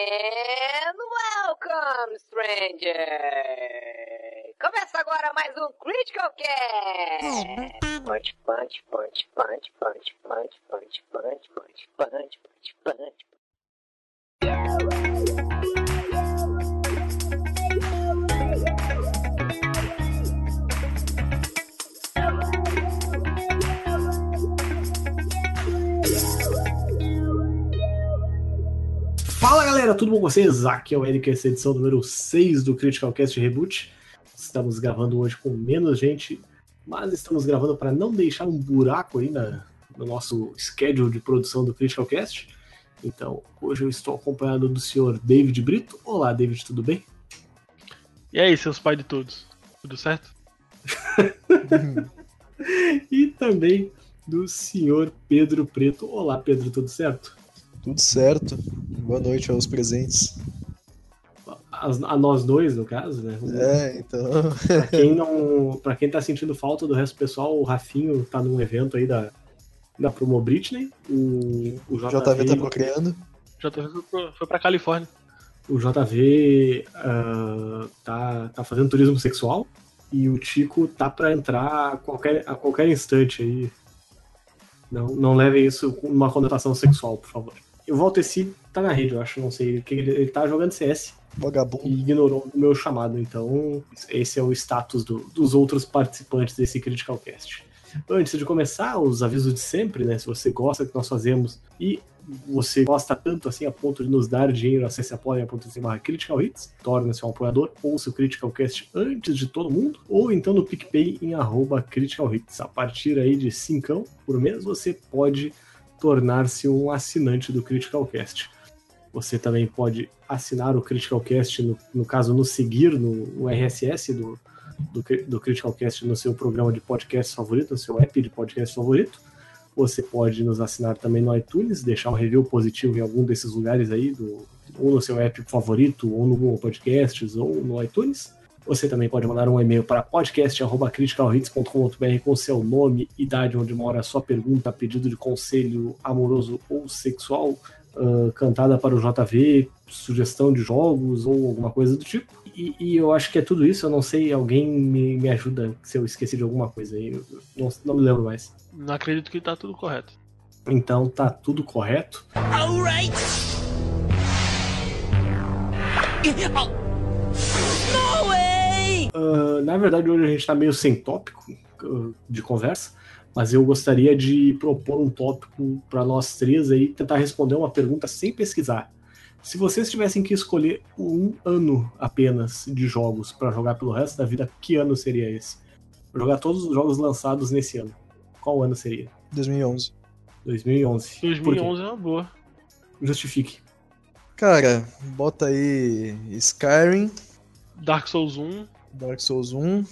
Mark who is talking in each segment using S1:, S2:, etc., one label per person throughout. S1: And welcome, stranger! Começa agora mais um Critical Cast! Punch, punch, punch, punch, punch, punch, punch, punch, punch, punch, punch, punch.
S2: Fala galera, tudo bom com vocês? Aqui é o Eric, essa é a edição número 6 do Critical Cast Reboot. Estamos gravando hoje com menos gente, mas estamos gravando para não deixar um buraco aí na- no nosso schedule de produção do Critical Cast. Então, hoje eu estou acompanhado do senhor David Brito. Olá, David, tudo bem?
S3: E aí, seus pais de todos? Tudo certo?
S2: E também do senhor Pedro Preto. Olá, Pedro, tudo certo?
S4: Tudo certo. Boa noite aos presentes.
S2: A, a nós dois, no caso, né?
S4: É, então.
S2: Pra quem não, para quem tá sentindo falta do resto do pessoal, o Rafinho tá num evento aí da da Promo Britney, o, o
S4: O
S2: JV,
S4: JV tá procriando.
S3: Já tô- foi pra- foi pra Califórnia.
S2: o JV ah, tá, tá fazendo turismo sexual e o Tico tá pra entrar a qualquer, a qualquer instante aí. Não, não levem isso com uma conotação sexual, por favor. E O Valteci tá na rede, eu acho, não sei. que Ele, ele tá jogando CS e
S4: Vagabundo.
S2: Então, ignorou o meu chamado. Então, esse é o status do- dos outros participantes desse Critical Cast. Antes de começar, os avisos de sempre, né? Se você gosta do que nós fazemos e você gosta tanto assim a ponto de nos dar dinheiro, acesse apoia.se barra Critical Hits, torne-se um apoiador, ouça o Critical Cast antes de todo mundo, ou então no PicPay em arroba Critical Hits. A partir aí de cincão por mês, você pode tornar-se um assinante do Critical Cast. Você também pode assinar o Critical Cast, no, no caso, nos seguir no o RSS do, do, Cri- do Critical Cast no seu programa de podcast favorito, no seu app de podcast favorito. Você pode nos assinar também no iTunes, deixar um review positivo em algum desses lugares aí, do, ou no seu app favorito, ou no Google Podcasts, ou no iTunes. Você também pode mandar um e-mail para podcast.criticalhits.com.br com seu nome, idade, onde mora, sua pergunta, pedido de conselho amoroso ou sexual, ah, cantada para o JV, sugestão de jogos ou alguma coisa do tipo. E, e eu acho que é tudo isso. Eu não sei, alguém me, me ajuda se eu esqueci de alguma coisa aí. Eu não, não me lembro mais.
S3: Não acredito que tá tudo correto.
S2: Então tá tudo correto.
S5: Alright. No way!
S2: Ah, na verdade, hoje a gente tá meio sem tópico ah, de conversa, mas eu gostaria de propor um tópico para nós três aí, tentar responder uma pergunta sem pesquisar. Se vocês tivessem que escolher um ano apenas de jogos para jogar pelo resto da vida, que ano seria esse? Jogar todos os jogos lançados nesse ano. Qual ano seria?
S4: 2011.
S2: 2011. Por quê?
S3: 2011 é uma boa.
S2: Justifique.
S4: Cara, bota aí Skyrim,
S3: Dark Souls 1,
S4: Dark Souls 1.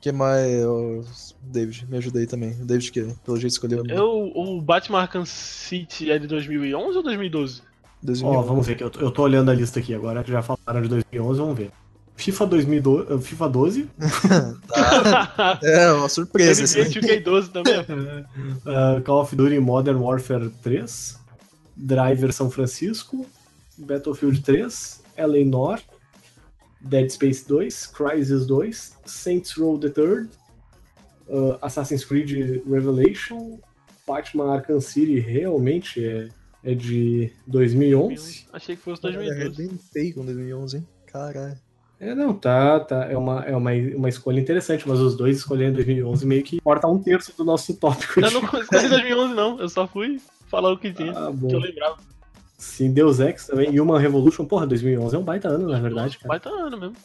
S4: que mais? Ô, David, me ajuda aí também. O David que, pelo jeito, escolheu
S3: eu, É o Batman Arkham City é de 2011 ou 2012?
S2: Ó,
S4: 2011.
S2: vamos ver, que eu tô, eu tô olhando a lista aqui agora, que já falaram de 2011, vamos ver. FIFA, 2012, ah, FIFA 12,
S4: É, uma surpresa esse
S3: NBA
S4: aí.
S3: 2K12 também. assim, ó.
S2: Uh, Call of Duty Modern Warfare 3, Driver São Francisco, Battlefield 3, LA Noir, Dead Space 2, Crysis 2, Saints Row the Third, uh, Assassin's Creed Revelation, Batman Arkham City realmente é, é de 2011.
S3: Achei que fosse
S4: É
S3: 2012.
S4: bem feio com 2011, hein? Caralho.
S2: É, não, tá, tá. É uma, é uma, uma escolha interessante, mas os dois escolheram 2011 meio que corta um terço do nosso tópico.
S3: Eu não escolhi 2011 não, eu só fui falar o que tinha.
S2: Ah,
S3: Que eu
S2: bom.
S3: lembrava.
S2: Sim, Deus Ex também. Human Revolution, porra, 2011 é um baita ano, na verdade, cara.
S3: Vai tá ano mesmo.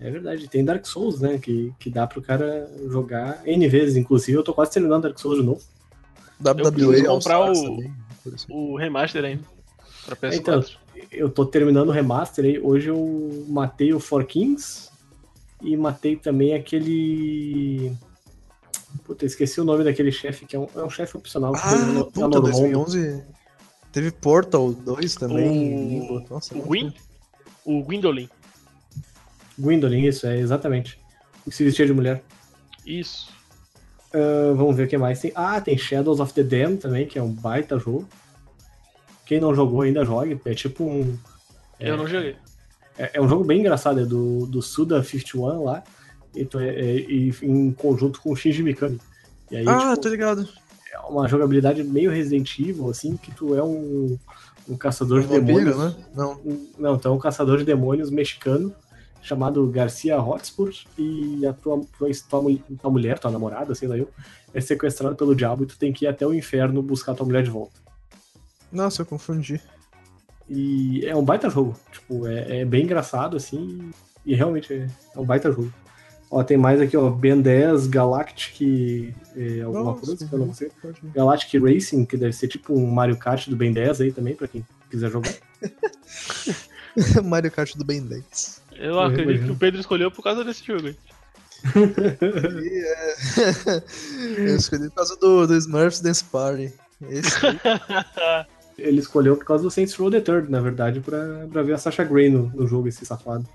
S2: É verdade. Tem Dark Souls, né? Que, que dá pro cara jogar N vezes. Inclusive, eu tô quase terminando Dark Souls de novo.
S4: WWE
S3: Eu preciso comprar
S4: All-Stars
S3: o-
S4: também, por isso.
S3: O remaster ainda. Pra PS4.
S2: Eu tô terminando o remaster aí. Hoje eu matei o Four Kings e matei também aquele. Puta, eu esqueci o nome daquele chefe, que é um, é um chefe opcional. que tem
S4: Ah,
S2: no-
S4: puta,
S2: Normandia.
S4: 2011 teve Portal 2
S3: O-
S4: também. Limbo. Nossa,
S3: o Gwyn? O Gwendolyn.
S2: Gwendolyn, isso, é exatamente. O que se vestia de mulher.
S3: Isso.
S2: Ah, vamos ver o que mais tem. Ah, tem Shadows of the Dam também, que é um baita jogo. Quem não jogou ainda jogue. É tipo um. É.
S3: Eu não joguei.
S2: É, é um jogo bem engraçado, é do, do Suda 51 lá. E tu é, é- e em conjunto com o Shinji Mikami. E aí,
S4: Ah,
S2: tipo,
S4: tô ligado.
S2: é uma jogabilidade meio Resident Evil, assim, que tu é um, um caçador de demônios.
S4: Vampiro, né? Não.
S2: Um- Não, tu é um caçador de demônios mexicano chamado Garcia Hotspur e a tua, tua, tua, mul- tua mulher, tua namorada, sei lá eu, é sequestrada pelo diabo e tu tem que ir até o inferno buscar tua mulher de volta.
S4: Nossa, eu confundi.
S2: E é um baita jogo. Tipo, é, é bem engraçado, assim. E realmente é, é um baita jogo. Ó, tem mais aqui, ó. Ben 10, Galactic. é, alguma
S4: Nossa,
S2: coisa que eu não sei.
S4: pode ir.
S2: Galactic Racing, que deve ser tipo um Mario Kart do Ben 10 aí também, pra quem quiser jogar.
S4: Mario Kart do Ben 10.
S3: Eu acredito
S2: imagino.
S3: que o Pedro escolheu por causa desse jogo. aí.
S4: E, é... eu escolhi por causa do, do Smurfs Dance Party. Esse
S2: Ele escolheu por causa do Saints Row The Third, na verdade, pra, pra ver a Sasha Grey no, no jogo, esse safado.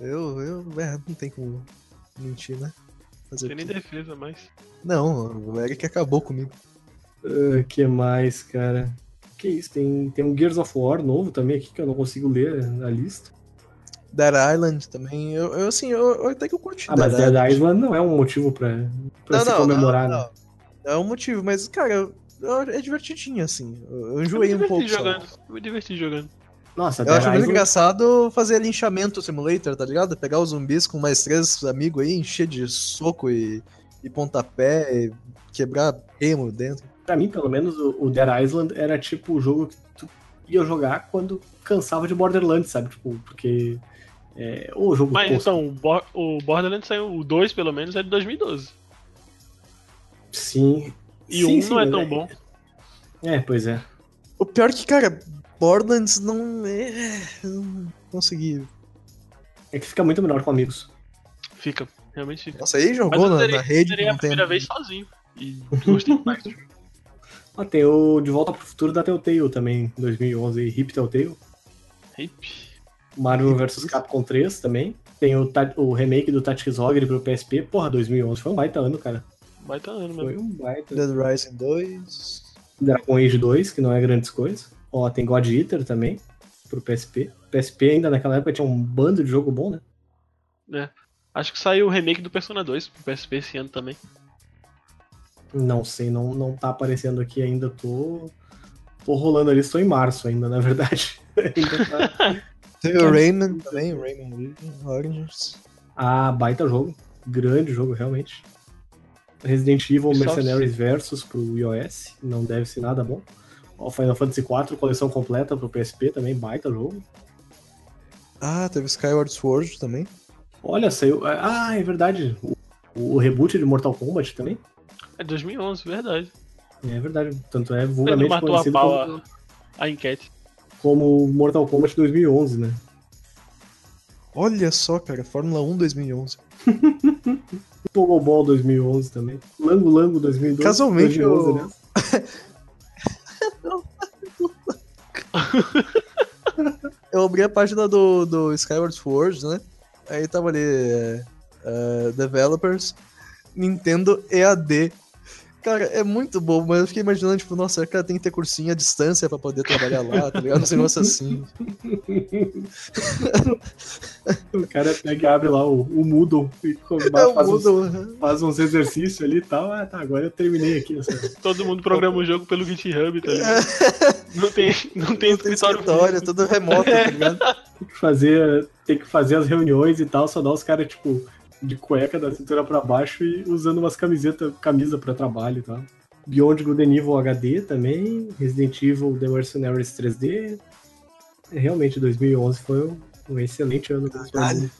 S4: eu, eu é, não tem como mentir, né? Fazer
S3: Não tem nem
S4: o quê?
S3: defesa, mas.
S4: Não, o Eric acabou comigo.
S2: Ah, que mais, cara? Que isso, tem, tem um Gears of War novo também aqui, que eu não consigo ler a lista.
S4: Dead Island também. Eu, eu, assim, eu, eu até que eu curti.
S2: Ah, mas Dead Island não é um motivo pra, pra se comemorar, né?
S4: não, não. É um motivo, mas, cara, eu- eu- é divertidinho, assim. Eu, eu enjoei
S3: eu
S4: um
S3: me diverti
S4: pouco. só.
S3: jogando. Eu me diverti jogando.
S2: Nossa,
S4: Eu acho
S2: Dead
S4: muito
S2: Island,
S4: engraçado fazer linchamento simulator, tá ligado? Pegar os zumbis com mais três amigos aí, encher de soco e, e pontapé, e quebrar remo dentro.
S2: pra mim, pelo menos, o, o Dead Island era tipo o jogo que tu ia jogar quando cansava de Borderlands, sabe? Tipo, porque. É, o jogo
S3: Mas
S2: pô,
S3: então, o, Bo- o Borderlands saiu, o 2 pelo menos, é de 2012.
S2: Sim.
S3: E o
S2: Sim,
S3: 1
S2: sim,
S3: não é
S2: mas
S3: tão bom.
S2: É, pois é.
S4: O pior é que, cara, Borderlands não. É, eu não consegui.
S2: É que fica muito melhor com amigos.
S3: Fica, realmente fica.
S4: Nossa, aí
S3: Mas
S4: jogou
S3: eu
S4: na,
S3: zerei-
S4: na rede.
S3: zerei a
S4: Não tem...
S3: primeira vez sozinho. E gostei mais.
S2: Ah, tem o De Volta pro Futuro da Telltale também, 2011, aí, Hip Telltale.
S3: Hip.
S2: Mario vs Capcom 3 também. Tem o, ta- o remake do Tactics Ogre pro PSP. Porra, 2011 foi um baita ano, cara.
S3: Baita ano mesmo.
S2: Foi um baita.
S4: Dead Rising 2.
S2: Dragon Age 2, que não é grandes coisas. Ó, tem God Eater também, pro PSP. PSP ainda naquela época tinha um bando de jogo bom, né?
S3: Acho que saiu o remake do Persona 2 pro PSP esse ano também.
S2: Não sei, não, não tá aparecendo aqui ainda. Tô, tô rolando ali, estou em março ainda, na verdade. Ainda tá-
S4: Teve o Rayman também, Rayman Origins.
S2: ah, baita jogo. Grande jogo, realmente. Resident Evil
S3: Ubisoft.
S2: Mercenaries Versus pro iOS, não deve ser nada bom. Ó, Final Fantasy IV, coleção completa pro PSP também, baita jogo.
S4: Ah, teve Skyward Sword também.
S2: Olha, saiu. Ah, é verdade. O, o reboot de Mortal Kombat também.
S3: É 2011, verdade.
S2: É verdade, tanto é
S3: Ele
S2: vulgarmente
S3: matou a
S2: conhecido
S3: pau
S2: como,
S3: a, a enquete.
S2: como Mortal Kombat 2011, né?
S4: Olha só, cara, Fórmula 1 2011.
S2: Pogobol 2011 também. Lango Lango 2012.
S4: Casualmente,
S2: 2011,
S4: eu-
S2: né?
S4: Eu abri a página do, do Skyward Sword, né? Aí tava ali. é, é, developers, Nintendo EAD. Cara, é muito bom, mas eu fiquei imaginando, tipo, nossa, cara, tem que ter cursinho à distância pra poder trabalhar lá, tá ligado? Um negócio assim.
S2: O cara pega e abre lá o, o Moodle e co-
S4: Eu
S2: faz, um uns,
S4: mudo. né?
S2: faz uns exercícios ali e tal. Ah, tá, agora eu terminei aqui. Essa...
S3: Todo mundo programa o jogo pelo GitHub, tá ligado? Não tem, não tem
S4: Não tem
S3: escritório.
S4: escritório, é tudo remoto, tá ligado?
S2: Tem que fazer, tem que fazer as reuniões e tal, só dá os caras, tipo, de cueca da cintura pra baixo e usando umas camisetas, camisa pra trabalho e tal. Beyond Good and Evil HD também, Resident Evil The Mercenaries 3D. É, Realmente, 2011 foi um, um excelente ano. pra todo
S4: Caralho.
S2: mundo.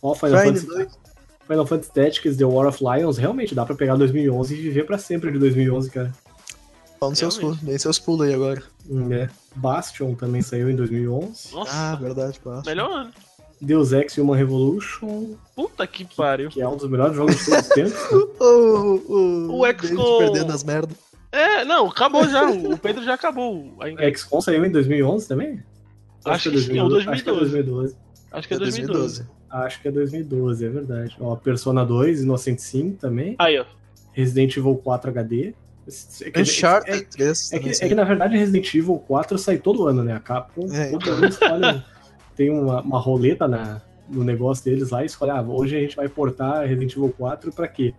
S2: Ó, Final
S4: Friday
S2: Fantasy,
S4: 2.
S2: Final Fantasy Tactics, The War of Lions, realmente dá pra pegar 2011 e viver pra sempre de 2011, cara.
S4: Pau nos seus pulos,
S3: Realmente.
S4: nem seus pulos aí agora.
S2: Hum, é. Bastion também saiu em 2011.
S4: Ah,
S3: Nossa,
S4: verdade, pá.
S3: melhor ano.
S2: Deus Ex Human Revolution,
S3: Puta que pariu.
S2: que é um dos melhores jogos de todos os tempos. né?
S4: O, o,
S3: O
S4: David
S3: XCOM.
S4: perdendo as merdas.
S3: É, não, acabou já. O o Pedro já acabou a enquete.
S2: XCOM saiu em 2011 também?
S3: Acho
S2: é
S3: que sim, é o
S2: 2012. Acho que é 2012.
S3: Acho que é 2012.
S2: Acho que é 2012, é verdade. Ó, Persona 2, Innocent Sim também.
S3: Aí, ó.
S2: Resident Evil 4 HD. É que-
S4: Uncharted 3.
S2: É, é que,
S4: também
S2: é
S4: saiu.
S2: que, na verdade Resident Evil 4 sai todo ano, né? A Capcom
S4: É.
S2: todo ano escolhe um- tem uma, uma roleta na, no negócio deles lá e escolhe, ah, hoje a gente vai portar Resident Evil 4 pra quê?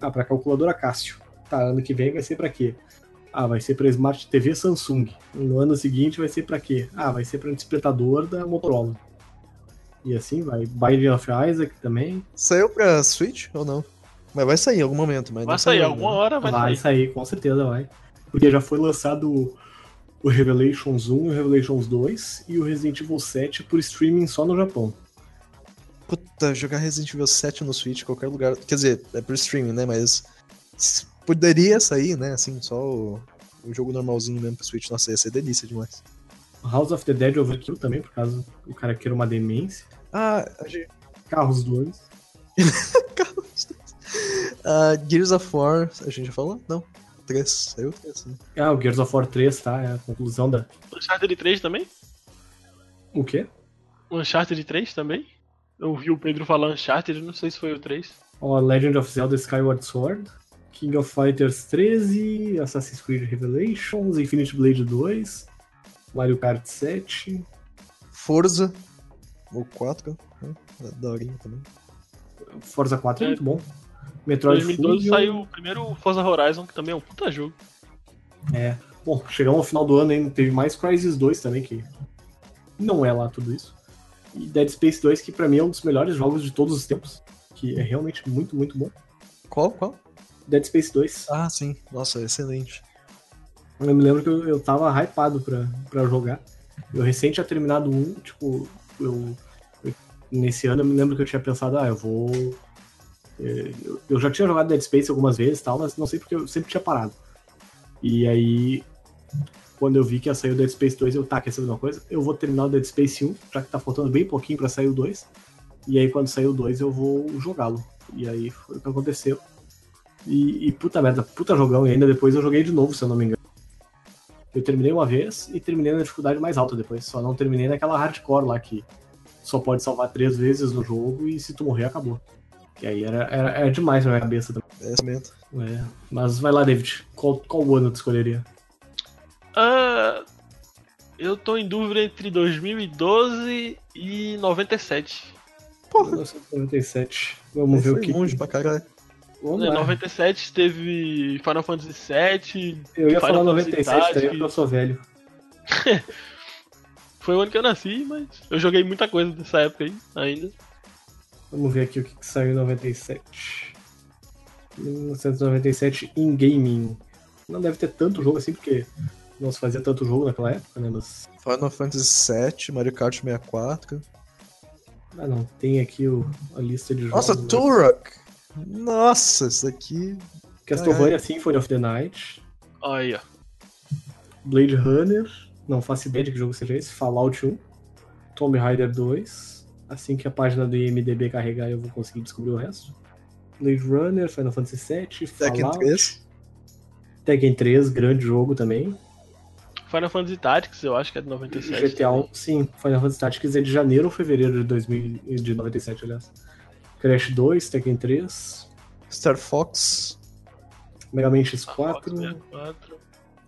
S2: Ah, pra calculadora Casio. Tá, ano que vem vai ser pra quê? Ah, vai ser pra Smart TV Samsung. No ano seguinte vai ser pra quê? Ah, vai ser pra um despertador da Motorola. E assim vai. Binding of Isaac também.
S4: Saiu pra Switch ou não? Mas vai sair em algum momento, mas não
S3: Vai sair,
S4: saiu
S3: alguma
S4: ainda.
S3: hora vai,
S2: Vai
S3: sair.
S2: sair, com certeza vai. Porque já foi lançado o- o Revelations 1, o Revelations 2 e o Resident Evil 7 por streaming só no Japão.
S4: Puta, jogar Resident Evil 7 no Switch, qualquer lugar. Quer dizer, é por streaming, né? Mas s- poderia sair, né? Assim, só o, o jogo normalzinho mesmo pro Switch. Nossa, ia ser delícia demais.
S2: House of the Dead Overkill também, por caso o cara queira uma demência.
S4: Ah, a gente-
S2: Carros dois.
S4: ah, Gears of War, a gente já falou? Não. 3, saiu 3, né?
S2: Ah, o Gears of War 3, tá? É a conclusão da.
S3: Uncharted 3 também?
S2: O quê?
S3: Uncharted 3 também? Eu vi o Pedro falar Uncharted, não sei se foi o 3.
S2: Ó, Legend of Zelda Skyward Sword. King of Fighters 13, Assassin's Creed Revelations, Infinity Blade 2, Mario Kart 7,
S4: Forza, o 4, né? da- Daorinha também.
S2: Forza 4 é,
S3: É.
S2: muito bom.
S3: Em
S2: Metroid
S3: 2012
S2: Fusion.
S3: saiu o primeiro Forza Horizon, que também é um puta jogo.
S2: É. Bom, chegamos ao final do ano ainda, teve mais Crysis 2 também, que não é lá tudo isso. E Dead Space 2, que pra mim é um dos melhores jogos de todos os tempos, que é realmente muito, muito bom.
S4: Qual? Qual?
S2: Dead Space 2,
S4: Ah, sim. Nossa, excelente.
S2: eu me lembro que eu, eu tava hypado pra, pra jogar. Eu recente tinha terminado um, tipo, eu, eu- Nesse ano eu me lembro que eu tinha pensado, ah, eu vou. eh, Eu, eu já tinha jogado Dead Space algumas vezes e tal, mas não sei porque eu sempre tinha parado. E aí, quando eu vi que ia sair o Dead Space 2, eu, tá, quer saber de uma coisa? Eu vou terminar o Dead Space 1, já que tá faltando bem pouquinho pra sair o 2. E aí, quando sair o 2, eu vou jogá-lo. E aí foi o que aconteceu. E, e puta merda, puta jogão. E ainda depois eu joguei de novo, se eu não me engano. Eu terminei uma vez e terminei na dificuldade mais alta depois. Só não terminei naquela hardcore lá que só pode salvar três vezes no jogo e se tu morrer, acabou. E aí era, era, era demais na minha cabeça também.
S4: É esse momento.
S2: É, Mas vai lá, David. Qual, qual ano tu escolheria?
S3: Ah, eu tô em dúvida entre 2012 e 97.
S4: Porra,
S2: 1997. Vamos ver o
S4: É, foi
S2: que.
S4: longe pra caralho.
S2: Vamos
S3: Né,
S2: lá.
S3: 97 teve Final Fantasy VII,
S2: Eu ia falar
S3: Final
S2: 97
S3: Fantasy
S2: também, porque eu sou velho.
S3: foi o ano que eu nasci, mas eu joguei muita coisa dessa época aí ainda.
S2: Vamos ver aqui o que, que saiu em 97. 1997 em gaming. Não deve ter tanto jogo assim, porque não se fazia tanto jogo naquela época, né? Mas
S4: Final Fantasy VII, Mario Kart 64.
S2: Ah não, tem aqui o, a lista de jogos.
S4: Nossa,
S2: né?
S4: Turok! Nossa, isso aqui.
S2: Castlevania Symphony of the Night,
S3: Aí, ó.
S2: Blade Runner, não faço ideia de que jogo seja esse, Fallout 1, Tomb Raider 2, assim que a página do IMDB carregar eu vou conseguir descobrir o resto. Blade Runner, Final Fantasy VII,
S4: Tekken
S2: Fallout,
S4: 3.
S2: Tekken 3, grande jogo também.
S3: Final Fantasy Tactics, eu acho que é de 97.
S2: GTA 1, sim, Final Fantasy Tactics é de janeiro ou fevereiro de, 2000, e- de 97, aliás. Crash 2, Tekken 3,
S4: Star Fox.
S2: Mega Man
S3: Fox,
S2: X4,
S3: 64.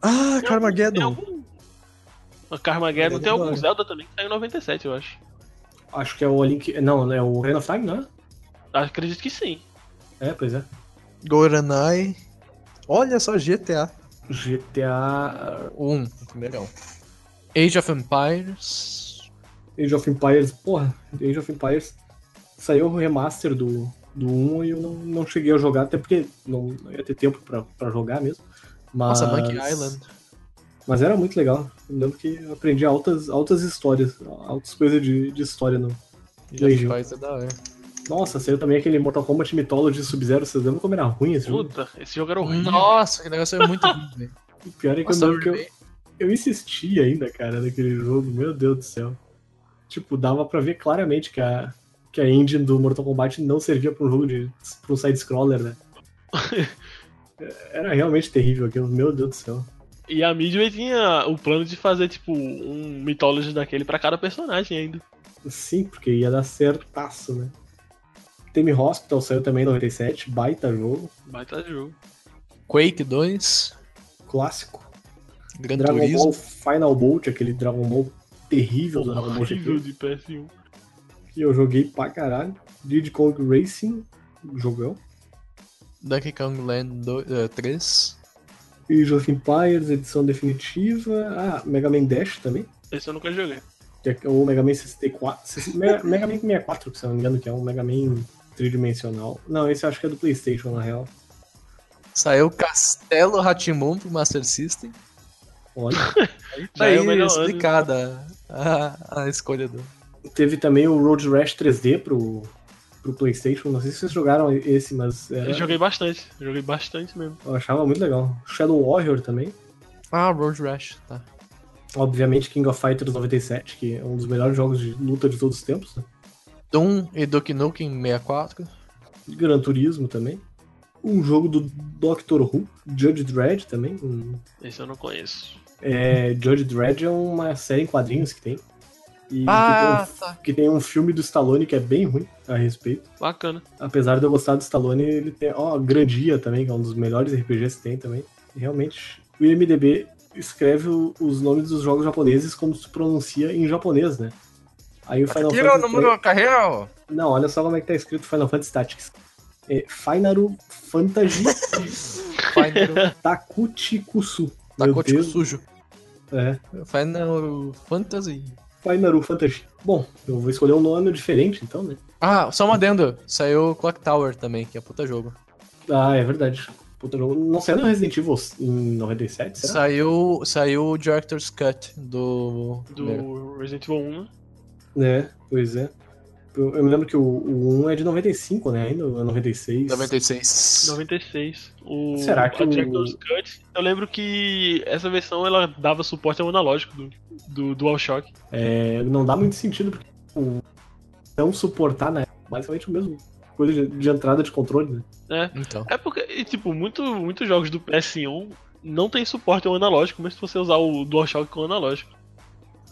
S4: Ah,
S3: Tem
S4: Carmageddon.
S3: algum- tem algum- A Carmageddon tem algum
S4: Carmageddon.
S3: Zelda também que saiu em 97, eu acho.
S2: acho que é o Link, não, é o Ocarina of Time, não é?
S3: Acredito que sim.
S2: É, pois é.
S4: Goranai. Olha só, GTA
S2: GTA
S4: 1. o Primeirão. Age of Empires.
S2: Age of Empires, porra, Age of Empires saiu o remaster do, do 1 e eu não, não cheguei a jogar, até porque não, não ia ter tempo pra, pra jogar mesmo. Mas,
S4: Nossa, Monkey Island.
S2: Mas era muito legal. Eu lembro que eu aprendi altas, altas histórias, altas coisas de, de história. No...
S4: Age of
S2: Legion.
S4: Empires é da hora.
S2: Nossa, saiu também aquele Mortal Kombat Mythology Sub-Zero, vocês lembram como era ruim esse jogo?
S3: Puta, esse jogo era horrível.
S4: Nossa, que negócio é muito ruim, velho.
S2: O pior é que
S4: Nossa,
S2: eu lembro que eu, eu insisti ainda, cara, naquele jogo, meu Deus do céu. Tipo, dava pra ver claramente que a, que a engine do Mortal Kombat não servia pra um jogo de. pra um side-scroller, né? Era realmente terrível aquilo, meu Deus do céu.
S3: E a Midway tinha o plano de fazer, tipo, um Mythology daquele pra cada personagem ainda.
S2: Sim, porque ia dar certaço, né? Temi Hospital saiu também em 97, baita jogo.
S3: Baita jogo.
S4: Quake 2.
S2: clássico.
S4: Gran
S2: Dragon
S4: Turismo.
S2: Ball Final Bolt, aquele Dragon Ball terrível do Dragon Ball
S3: Horrível
S2: GT,
S3: de PS1.
S2: que eu joguei pra caralho. Diddy Kong Racing, jogão.
S4: Donkey Kong Land eh, 3.
S2: Age of Empires, edição definitiva. Ah, Mega Man Dash também.
S3: Esse eu nunca joguei.
S2: que é o Mega Man 64. Mega, Mega Man 64, se eu não me engano, que é um Mega Man tridimensional. Não, esse eu acho que é do PlayStation, na real.
S4: Saiu Castelo Ratimbum pro Master System.
S2: Olha.
S4: Tá
S3: Já
S4: aí
S3: é o melhor ano.
S4: explicada a, a escolha do.
S2: Teve também o Road Rash 3D pro, pro PlayStation. Não sei se vocês jogaram esse, mas
S4: né?
S2: era-
S3: Eu joguei bastante. Joguei bastante mesmo.
S2: eu achava muito legal. Shadow Warrior também.
S4: Ah, Road Rash, tá.
S2: Obviamente, King of Fighters 97, que é um dos melhores jogos de luta de todos os tempos. né?
S4: Doom e Duke Nukem 64.
S2: Gran Turismo também. Um jogo do Doctor Who, Judge Dredd também. um
S3: Esse eu não conheço.
S2: É, Judge Dredd é uma série em quadrinhos que tem. E
S4: Ah,
S2: que, tem
S4: tá.
S2: um, que tem um filme do Stallone que é bem ruim a respeito.
S3: Bacana.
S2: Apesar de eu gostar do Stallone, ele tem. Ó, Grandia também, que é um dos melhores RPGs que tem também. E realmente, o IMDB escreve o- os nomes dos jogos japoneses como se pronuncia em japonês, né? Aí o Final
S4: é
S2: Fantasy.
S4: carreira.
S2: Não, olha só como é que tá escrito Final Fantasy Tactics. É Final Fantasy
S4: Final Tá
S2: Takutikusu.
S4: Narcótico tipo Sujo.
S2: É.
S4: Final Fantasy.
S2: Final Fantasy. Bom, eu vou escolher um nome diferente, então, né?
S4: Ah, só uma adendo. Saiu Clock Tower também, que é puta jogo.
S2: Ah, é verdade. Puta jogo. Não saiu no Resident Evil em 97, será?
S4: Saiu, saiu o Director's Cut do.
S3: Do Resident Evil 1. né?
S2: É, pois é. Eu, eu me lembro que o, o 1 é de 95, né? Ainda ou é 96.
S4: 96.
S3: 96. O,
S2: Será que
S3: a
S2: o-
S3: Director's Cut, eu lembro que essa versão ela dava suporte ao analógico do, do DualShock.
S2: É, não dá muito sentido, porque o não suportar, né? Basicamente o mesmo. Coisa de, de entrada de controle, né?
S4: Então.
S3: É porque, e, tipo, muito- muitos jogos do PS1 não tem suporte ao analógico, mesmo se você usar o DualShock com o analógico.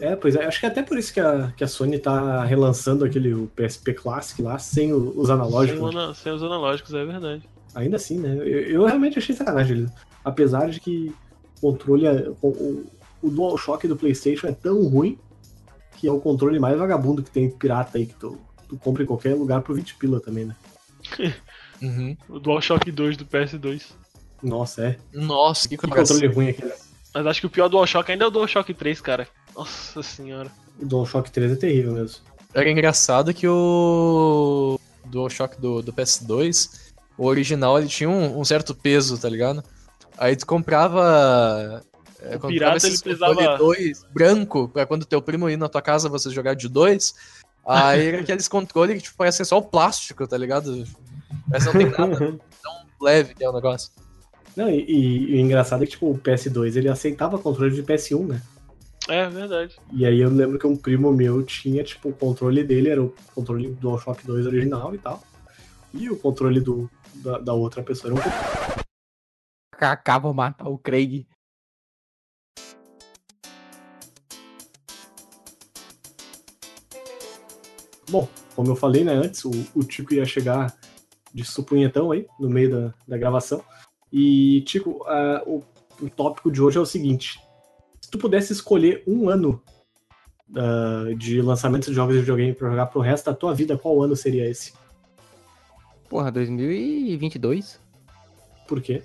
S2: É, pois é. Acho que é até por isso que a, que a Sony tá relançando aquele o PSP Classic lá, sem o- os analógicos.
S3: Sem, o ana- sem os analógicos, é verdade.
S2: Ainda assim, né? Eu, eu realmente achei sacanagem. eles- Apesar de que o controle. é- O, o, o DualShock do PlayStation é tão ruim que é o controle mais vagabundo que tem pirata aí, que tu, tu compra em qualquer lugar por 20 pila também, né?
S4: Uhum.
S3: O DualShock 2 do PS2.
S2: Nossa, é.
S4: Nossa, que
S2: Que
S4: comparação.
S2: controle ruim aquele.
S3: Mas acho que o pior DualShock ainda é o DualShock 3, cara. Nossa senhora.
S2: O DualShock 3 é terrível mesmo.
S4: Era É engraçado que o DualShock do, do PS2, o original, ele tinha um, um certo peso, tá ligado? Aí tu comprava... é,
S3: O pirata, ele pesava-
S4: controle dois branco, pra quando teu primo ir na tua casa você jogar de dois. Aí era aqueles controles que tipo, parece que é só o plástico, tá ligado? Mas não tem nada leve que é o negócio.
S2: Não, e, e- e o engraçado é que, tipo, o PS2 ele aceitava controle de PS1, né?
S3: É verdade.
S2: E aí eu lembro que um primo meu tinha, tipo, o controle dele era o controle do DualShock 2 original e tal. E o controle do, da, da outra pessoa era um
S6: Kaká, vou matar o Craig.
S2: Bom, como eu falei né, antes, o, o Tico ia chegar de supunhetão aí, no meio da, da gravação. E, Tico, ah, o, o tópico de hoje é o seguinte: se tu pudesse escolher um ano ah, de lançamento de jogos de videogame pra jogar pro resto da tua vida, qual ano seria esse?
S6: Porra, 2022?
S2: Por quê?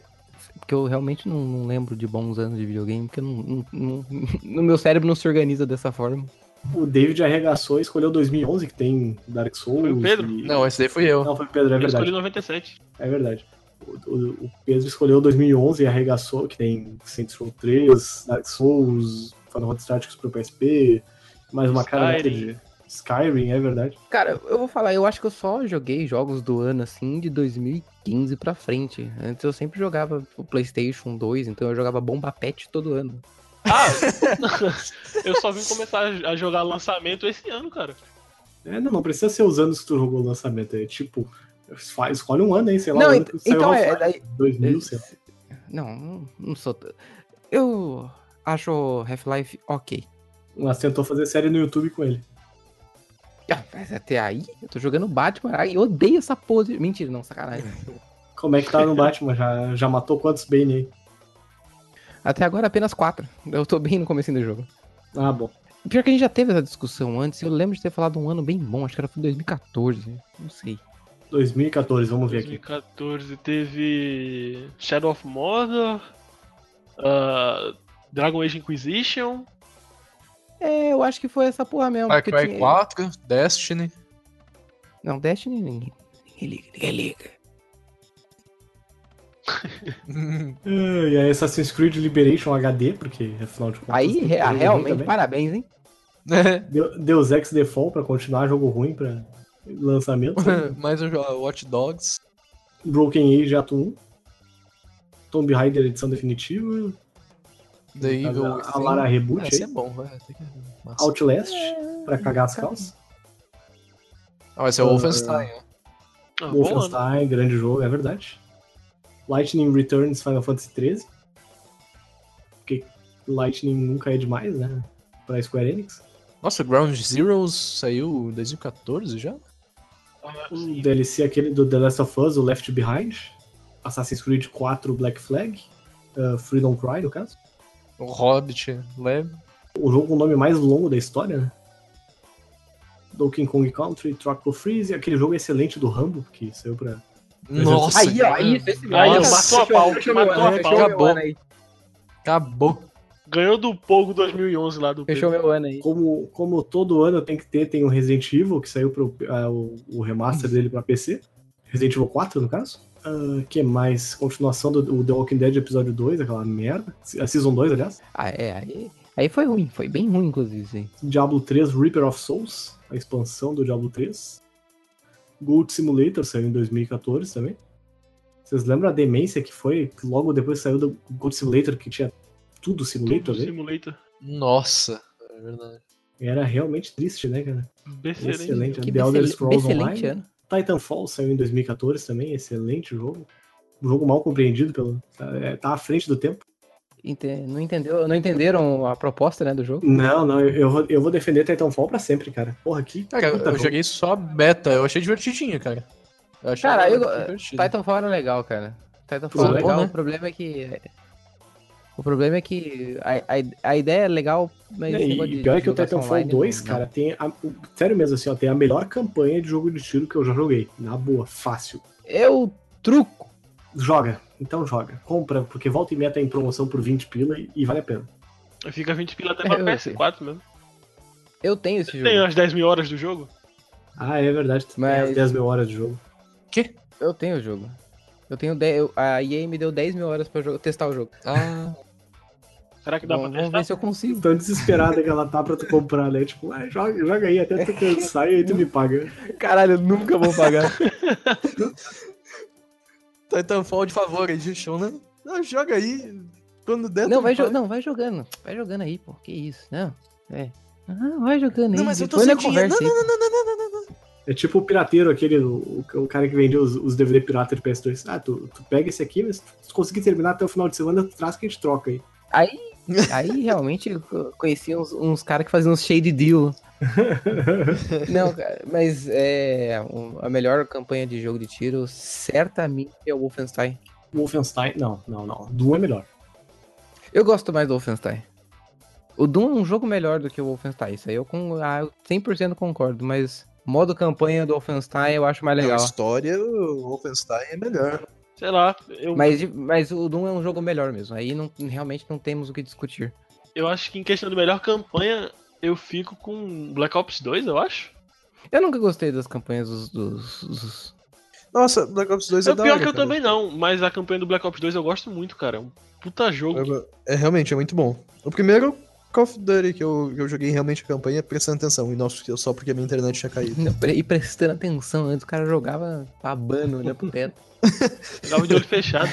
S6: Porque eu realmente não, não lembro de bons anos de videogame, porque eu não, não- não- no meu cérebro não se organiza dessa forma.
S2: O David arregaçou e escolheu 2011, que tem Dark Souls.
S3: Foi o Pedro?
S2: e-
S4: Não, esse daí fui eu.
S2: Não, foi o Pedro, é
S3: eu
S2: verdade.
S3: escolhi 97.
S2: É verdade. O, o- o Pedro escolheu 2011 e arregaçou, que tem Saints Row 3, Dark Souls, Final Fantasy Tactics pro PSP, mais uma cara
S3: Skyrim.
S2: de Skyrim, é verdade.
S6: Cara, eu vou falar, eu acho que eu só joguei jogos do ano, assim, de 2015 pra frente. Antes eu sempre jogava o PlayStation 2, então eu jogava Bomba Pet todo ano.
S3: Ah! eu só vim começar a a jogar lançamento esse ano, cara.
S2: É, não, não precisa ser os anos que tu jogou o lançamento, é tipo, fa- escolhe um ano, hein, sei lá,
S6: Não,
S2: o ano
S6: ent-
S2: que saiu
S6: então é...
S2: Half-Life,
S6: é-
S2: 2000, sei lá.
S6: Não, não, não sou... t- Eu acho Half-Life ok.
S2: Mas tentou fazer série no YouTube com ele.
S6: Ah, mas até aí, eu tô jogando Batman, ai, eu odeio essa pose. Mentira,
S2: É.
S6: não, sacanagem.
S2: Como é que tá no Batman? Já, já matou quantos Bane aí?
S6: Até agora apenas quatro. Eu tô bem no comecinho do jogo.
S2: Ah, bom.
S6: Pior que a gente já teve essa discussão antes, eu lembro de ter falado um ano bem bom, acho que era foi 2014, né? não sei.
S2: 2014, vamos ver aqui.
S3: 2014 teve Shadow of Mordor, ah, Dragon Age Inquisition,
S6: É, eu acho que foi essa porra mesmo.
S4: Far
S6: porque
S4: Cry
S6: tinha-
S4: 4, Destiny.
S6: Não, Destiny ninguém, ninguém liga, ninguém liga.
S2: Ah, E aí Assassin's Creed Liberation HD, porque afinal de contas.
S6: Aí,
S2: tem
S6: re-
S2: jogo ruim
S6: realmente,
S2: também.
S6: parabéns, hein?
S4: É,
S2: Deu- Deus Ex Default pra continuar jogo ruim pra lançamento.
S4: mais um jogo, Watch Dogs.
S2: Broken Age Ato 1. Tomb Raider edição definitiva.
S4: The Evil
S2: a, a
S4: Within.
S2: Lara
S4: Ah,
S2: Reboot
S4: esse é Tá
S2: aí.
S4: bom, vai. tem que- Nossa.
S2: Outlast, pra cagar as calças.
S4: Ah, vai ser o Wolfenstein, né?
S3: Ah, bom ano.
S2: Wolfenstein, grande jogo, é verdade. Lightning Returns Final Fantasy XIII. Porque Lightning nunca é demais, né? Pra Square Enix.
S4: Nossa, Ground Zeroes saiu em 2014 já?
S2: O
S3: né?
S2: DLC aquele do The Last of Us, o Left Behind. Assassin's Creed 4 Black Flag. uh, Freedom Cry, no caso.
S4: O Hobbit, né? leve.
S2: O jogo com o nome mais longo da história, né? Donkey Kong Country, Tropical Freeze, aquele jogo excelente do Rambo, que saiu pra.
S4: Nossa,
S6: Aí, ó,
S4: cara,
S6: isso, esse
S3: Aí,
S4: ó,
S6: Nossa,
S3: matou a
S6: fechou-
S3: pau,
S6: fechou
S3: matou
S6: meu
S3: a
S6: ano,
S3: pau.
S6: fechou meu
S4: Acabou.
S6: ano aí,
S4: acabou.
S3: Ganhou do Pogo 2011 lá do
S6: Fechou
S3: Pedro.
S6: meu ano aí.
S2: Como, como todo ano tem que ter, tem o Resident Evil, que saiu pro, ah, o, o remaster dele pra PC. Resident Evil 4, no caso. Ah, que mais? Continuação do do The Walking Dead episódio 2, aquela merda. A Season 2, aliás.
S6: Ah, é, aí, aí foi ruim, foi bem ruim, inclusive, isso aí.
S2: Diablo 3 Reaper of Souls, a expansão do Diablo 3. Gold Simulator saiu em 2014 também. Vocês lembram a demência que foi que logo depois saiu do Gold Simulator, que tinha tudo
S3: Tudo
S2: simulator, né?
S3: Simulator.
S4: Nossa, é verdade.
S2: Era realmente triste, né, cara?
S3: Excelente.
S2: Excelente.
S6: Que
S2: The Elder
S6: excel-
S2: Scrolls
S6: excelente
S2: Online.
S6: ano.
S2: Titanfall saiu em 2014 também, excelente jogo. Um jogo mal compreendido, pelo é, tá à frente do tempo.
S6: Ente- Não, entendeu, não entenderam a proposta, né, do jogo?
S2: Não, não, eu, eu vou, eu vou defender Titanfall pra sempre, cara. Porra, que
S4: Cara,
S2: puta
S4: eu
S2: jogo.
S4: joguei só a beta, eu achei divertidinho, cara. Eu achei
S6: Cara, eu-
S4: divertido.
S6: Titanfall era legal, cara. Titanfall
S2: Pô,
S6: era
S2: legal,
S6: legal,
S4: né?
S6: o problema é que... O problema é que a, a, a ideia é legal, mas... esse negócio
S2: E
S6: de-
S2: pior é
S6: de
S2: que o
S6: jogar
S2: Titanfall
S6: online, né?
S2: 2,
S6: não-
S2: cara, tem. a- o- sério mesmo, assim, ó, tem a melhor campanha de jogo de tiro que eu já joguei. Na boa, fácil.
S6: Eu truco.
S2: Joga, então joga. Compra, porque volta e meia tá em promoção por 20 pila e, e vale a pena.
S3: Fica 20 pila até pra
S6: É, eu sei.
S3: PS4 mesmo.
S6: Eu tenho esse
S3: Tem
S6: jogo.
S3: umas 10 mil horas do jogo?
S2: Ah, é verdade, tu tem
S6: Mas-
S2: as 10 mil horas de jogo.
S6: Eu tenho o jogo. Eu tenho 10, eu- a EA me deu 10 mil horas pra jo- testar o jogo.
S4: Ah,
S3: Será que dá
S6: Vamos-
S3: pra
S6: vamos ver
S3: testar?
S6: se eu consigo.
S2: Tão desesperada que ela tá pra tu comprar, né? Tipo, ah, joga, joga aí até tu cansar e aí tu me paga.
S6: Caralho, eu nunca vou pagar.
S4: Titanfall de favor, Edition, né? Não, joga aí. Quando der.
S6: não,
S4: tu
S6: vai jo-
S4: faz.
S6: não, vai jogando. Vai jogando aí, pô. Que isso? Não. É. Ah, vai jogando aí.
S4: Não, mas eu tô
S6: depois
S4: sem
S6: nós
S4: dinheiro. Não,
S6: conversa aí,
S4: não,
S6: pô.
S4: não, não, não, não, não, não.
S2: É tipo o pirateiro, aquele, o, o cara que vendia os, os DVD pirata de PS2. Ah, tu, tu pega esse aqui, mas se tu conseguir terminar até o final de semana, tu traz que a gente troca aí.
S6: Aí realmente eu co- conheci uns, uns caras que faziam uns shade deal. não, cara, mas é. um- a melhor campanha de jogo de tiro certamente é o Wolfenstein.
S2: Wolfenstein, não, não, não. Doom é melhor.
S6: Eu gosto mais do Wolfenstein. O Doom é um jogo melhor do que o Wolfenstein. Isso aí eu, com, ah, eu 100% concordo, mas modo campanha do Wolfenstein eu acho mais
S4: A
S6: legal.
S4: história, o Wolfenstein é melhor.
S3: Sei lá. Eu,
S6: Mas, de- mas o Doom é um jogo melhor mesmo. Aí não- realmente não temos o que discutir.
S3: eu acho que em questão de melhor campanha, eu fico com Black Ops 2, eu acho.
S6: Eu nunca gostei das campanhas dos. dos- dos-
S4: Nossa, Black Ops 2 é,
S3: É
S4: da
S3: pior
S4: hora,
S3: que eu
S4: cara.
S3: também não, mas a campanha do Black Ops 2 eu gosto muito, cara. É um puta jogo.
S4: É, é, realmente, é muito bom. O primeiro Call of Duty que eu, que eu joguei realmente a campanha, prestando atenção. E nossa, só porque a minha internet tinha
S2: Uhum.
S4: caído.
S6: Não, pre- e prestando atenção, antes o cara jogava babando, olhando pro teto.
S3: Jogava de olho fechado.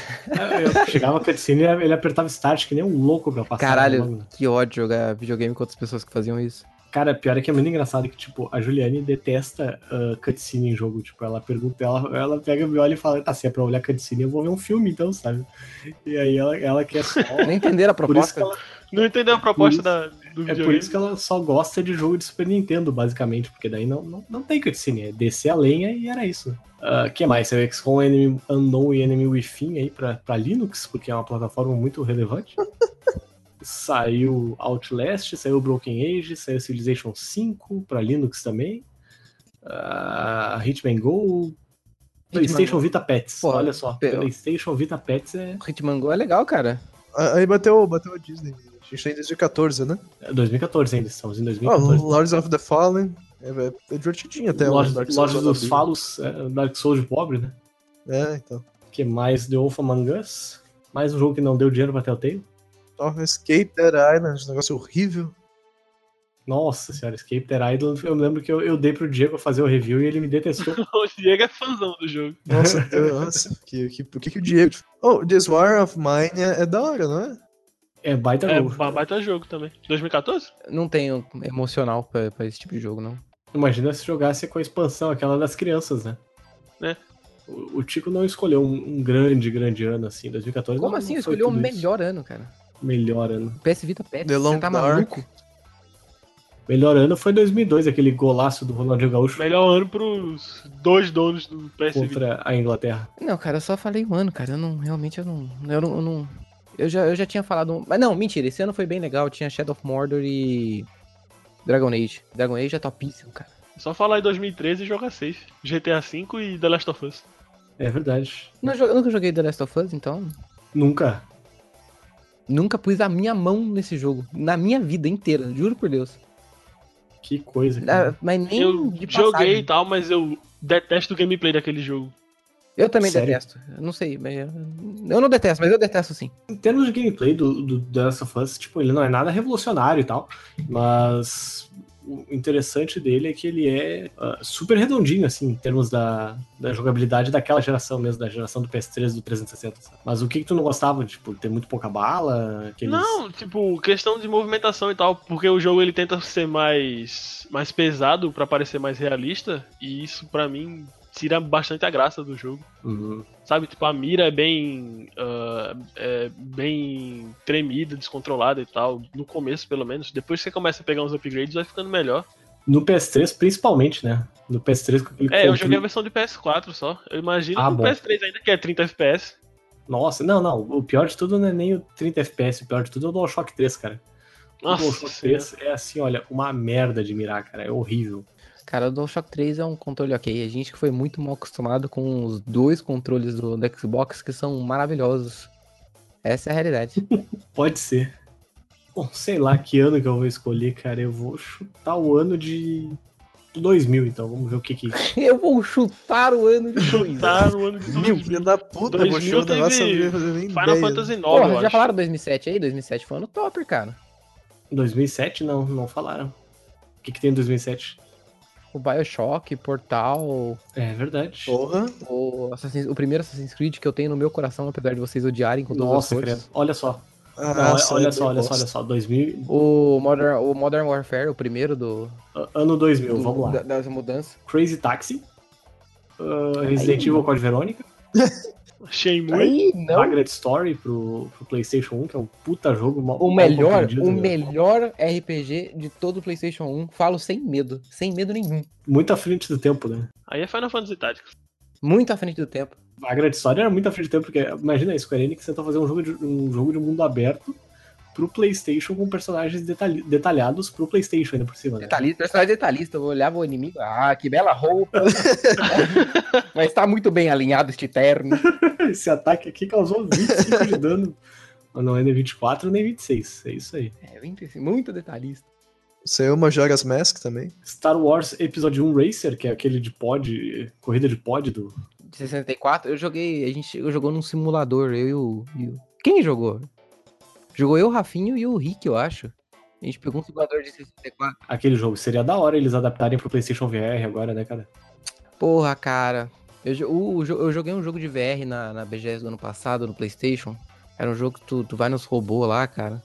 S2: Eu chegava a cutscene e ele apertava start que nem um louco pra passar.
S6: Caralho, que ódio jogar videogame com outras pessoas que faziam isso.
S2: Cara, pior é que é muito engraçado que, tipo, a Juliane detesta ah, cutscene em jogo. Tipo, ela pergunta, ela, ela pega, me olha e fala, tá, se é pra olhar cutscene, eu vou ver um filme então, sabe? E aí ela, ela quer só.
S6: Nem entenderam a
S2: Por isso,
S6: proposta.
S2: que ela,
S3: Não entendeu a proposta
S2: Por isso-
S3: da, do
S2: é por
S3: videogame.
S2: isso que ela só gosta de jogo de Super Nintendo, basicamente, porque daí não, não, não tem cutscene, é descer a lenha e era isso. O que mais? Saiu XCOM Enemy Unknown e Enemy Within aí pra, pra Linux, porque é uma plataforma muito relevante. Saiu Outlast, saiu Broken Age, saiu Civilization 5 para Linux também. Ah, Hitman Go, PlayStation Vita Pets.
S6: Pô,
S2: Olha só,
S6: pera-
S2: PlayStation Vita Pets é
S6: O Hitman Go é legal, cara.
S4: Ah, Aí bateu, bateu a Disney. A gente tá em 2014, né?
S2: é 2014 ainda, estamos em
S4: Ó,
S2: 2014.
S4: Lords of the Fallen. É, é divertidinho Ah, até. o Dark
S2: Lojas
S4: Souls
S2: Lojas dos
S4: Wannabe.
S2: Falos, é, Dark Souls de pobre, né?
S4: É, então.
S2: que mais The Wolf Among Us, mais um jogo que não deu dinheiro pra Telltale.
S4: Então, Escape Dead Island, um negócio horrível.
S2: Nossa senhora, Escape the Island, eu lembro que eu, eu dei pro Diego fazer o review e ele me detestou.
S3: O Diego é fãzão do jogo.
S4: Nossa, Deus, nossa. Que, que, por que, que o Diego. Oh, This War of Mine é, é da hora, não é?
S2: É baita
S3: É,
S2: jogo.
S3: ba- baita jogo também. 2014?
S6: Não tenho emocional pra, pra esse tipo de jogo, não.
S2: Imagina se jogasse com a expansão, aquela das crianças, né?
S3: É.
S2: O, o Tico não escolheu um, um grande, grande ano assim, 2014.
S6: Como
S2: não-
S6: assim?
S2: não foi
S6: Escolheu o
S2: tudo isso.
S6: melhor ano, cara.
S2: Melhor ano.
S6: PS Vita Pet,
S4: The Long
S6: você tá
S4: Dark.
S6: maluco?
S2: Melhor ano foi 2002, aquele golaço do Ronaldinho Gaúcho
S3: Melhor ano pros dois donos do PS Vita.
S2: contra a Inglaterra.
S6: Não, cara, eu só falei um ano, cara. Eu não, realmente, eu não. Eu não. Eu, não- eu já, eu já tinha falado. um- Mas não, mentira, esse ano foi bem legal. Tinha Shadow of Mordor e. Dragon Age. Dragon Age é topíssimo, cara.
S3: Só falar em 2013 e jogar 6. GTA V e The Last of Us.
S2: É verdade.
S6: Não, jo- eu nunca joguei The Last of Us, então.
S2: Nunca.
S6: Nunca pus a minha mão nesse jogo. Na minha vida inteira, juro por Deus.
S2: Que coisa.
S6: Ah,
S2: cara.
S6: Mas nem
S3: eu
S6: de
S3: joguei e
S6: passagem.
S3: tal, mas eu detesto o gameplay daquele jogo.
S6: Eu também
S2: Sério?
S6: detesto. Eu não sei, mas. Eu eu não detesto, mas eu detesto sim.
S2: Em termos de gameplay do, do The Last of Us, tipo, ele não é nada revolucionário e tal, mas o interessante dele é que ele é ah, super redondinho, assim, em termos da, da jogabilidade daquela geração mesmo, da geração do PS3 do 360. sabe? Mas o que, que tu não gostava? Tipo, ter muito pouca bala? Aqueles...
S3: Não, tipo, questão de movimentação e tal, porque o jogo ele tenta ser mais mais pesado pra parecer mais realista, e isso pra mim tira bastante a graça do jogo.
S2: Uhum.
S3: Sabe, tipo, a mira é bem ah, é bem tremida, descontrolada e tal, no começo pelo menos. Depois que você começa a pegar uns upgrades, vai ficando melhor.
S2: No PS3, principalmente, né? No PS3 com aquele
S3: É, eu
S2: controle-
S3: joguei a versão de PS4 só. Eu imagino
S2: Ah,
S3: que o
S2: bom.
S3: PS3 ainda que é 30 FPS.
S2: Nossa, não, não. O pior de tudo não é nem o 30 FPS, o pior de tudo é o DualShock 3, cara. o
S3: Nossa,
S2: DualShock 3 é assim, olha, uma merda de mirar, cara. É horrível.
S6: Cara, o DualShock 3 é um controle ok. A gente que foi muito mal acostumado com os dois controles do, do Xbox que são maravilhosos. Essa é a realidade.
S2: Pode ser. Bom, sei lá que ano que eu vou escolher, cara. Eu vou chutar o ano de 2000, então. Vamos ver o que que...
S6: Eu vou chutar o ano de 2000.
S3: tá no ano de
S4: Meu,
S3: 2000.
S4: filho da puta,
S3: 2000
S4: baixou o negócio.
S3: teve
S4: eu não tenho nem
S3: Final
S4: ideia.
S3: Fantasy IX, eu
S6: Porra, já
S3: acho.
S6: falaram 2007 aí? 2007 foi ano top, cara.
S2: 2007? Não, não falaram. O que que tem em 2007?
S6: O Bioshock, Portal,
S2: É verdade.
S4: Porra.
S6: o, Assassin's- o primeiro Assassin's Creed que eu tenho no meu coração, apesar de vocês odiarem com todas as
S2: Nossa,
S6: forças.
S2: credo. Olha só.
S4: Ah,
S2: Não,
S4: nossa,
S2: olha
S4: é
S2: só, olha
S4: bosta.
S2: só, olha só. 2000...
S6: O Modern, o Modern Warfare, o primeiro do,
S2: a- Ano 2000,
S6: do-
S2: vamos lá.
S6: da- das mudanças.
S2: Crazy Taxi. ah, Resident
S6: Aí,
S2: Evil
S6: não.
S2: Code Verônica.
S3: Achei muito.
S6: Aí, não.
S2: Margaret Story pro, pro PlayStation 1, que é um puta jogo. mal-
S6: O
S2: mal
S6: melhor,
S2: compreendido,
S6: o
S2: né?
S6: melhor RPG de todo o PlayStation 1. Falo sem medo, sem medo nenhum.
S2: Muito à frente do tempo, né?
S3: Aí é Final Fantasy Tactics.
S6: Muito à frente do tempo.
S2: a grande história era muito à frente do tempo, porque imagina isso, Square Enix tentou fazer um jogo de, um jogo de mundo aberto pro Playstation com personagens detalhi- detalhados pro Playstation ainda por cima, né?
S6: Detalhista, personagem detalhista. Eu olhava o inimigo, ah, que bela roupa. Mas tá muito bem alinhado este terno.
S2: Esse ataque aqui causou 25 de dano. Mas Não é nem 24 nem 26, é isso aí.
S6: É, vem desse- muito detalhista.
S4: Saiu uma Jogas Mask também.
S2: Star Wars Episódio 1 Racer, que é aquele de pod, corrida de pod do...
S6: De 64, eu joguei, a gente jogou num simulador, eu e o... e o- Quem jogou? Jogou eu, o Rafinho e o Rick, eu acho. A gente pegou um simulador de 64.
S2: Aquele jogo. Seria da hora eles adaptarem pro Playstation VR agora, né, cara?
S6: Porra, cara. Eu, jo- o- o jo- eu joguei um jogo de VR na, na BGS do ano passado, no Playstation. Era um jogo que tu, tu vai nos robôs lá, cara.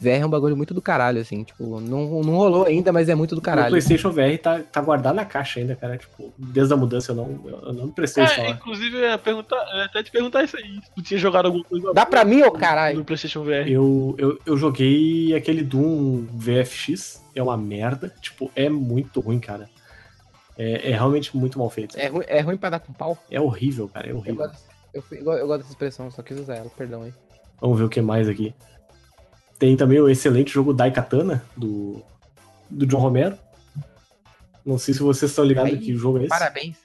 S6: VR é um bagulho muito do caralho, assim. Tipo, não, não rolou ainda, mas é muito do
S2: O
S6: caralho.
S2: Playstation VR tá, tá guardado na caixa ainda, cara. Tipo, desde a mudança eu não, eu não me prestei isso
S3: É,
S2: falar.
S3: inclusive, eu ia, perguntar, eu ia até te perguntar isso aí. Se tu tinha jogado alguma coisa
S6: Dá pra mim, ô
S3: no
S6: caralho?
S3: PlayStation VR.
S2: Eu, eu, eu joguei aquele Doom VFX, é uma merda. Tipo, é muito ruim, cara. É, é realmente muito mal feito.
S6: É
S2: É,
S6: ruim, é ruim pra dar com pau?
S2: horrível, cara, é
S6: Eu
S2: horrível.
S6: gosto, eu, fui- eu gosto dessa expressão, só quis usar ela, perdão aí.
S2: Vamos ver o que mais aqui. Tem também o excelente jogo Daikatana, do, do John Romero. Não sei se vocês estão ligados
S6: Aí,
S2: que jogo é esse.
S6: Parabéns.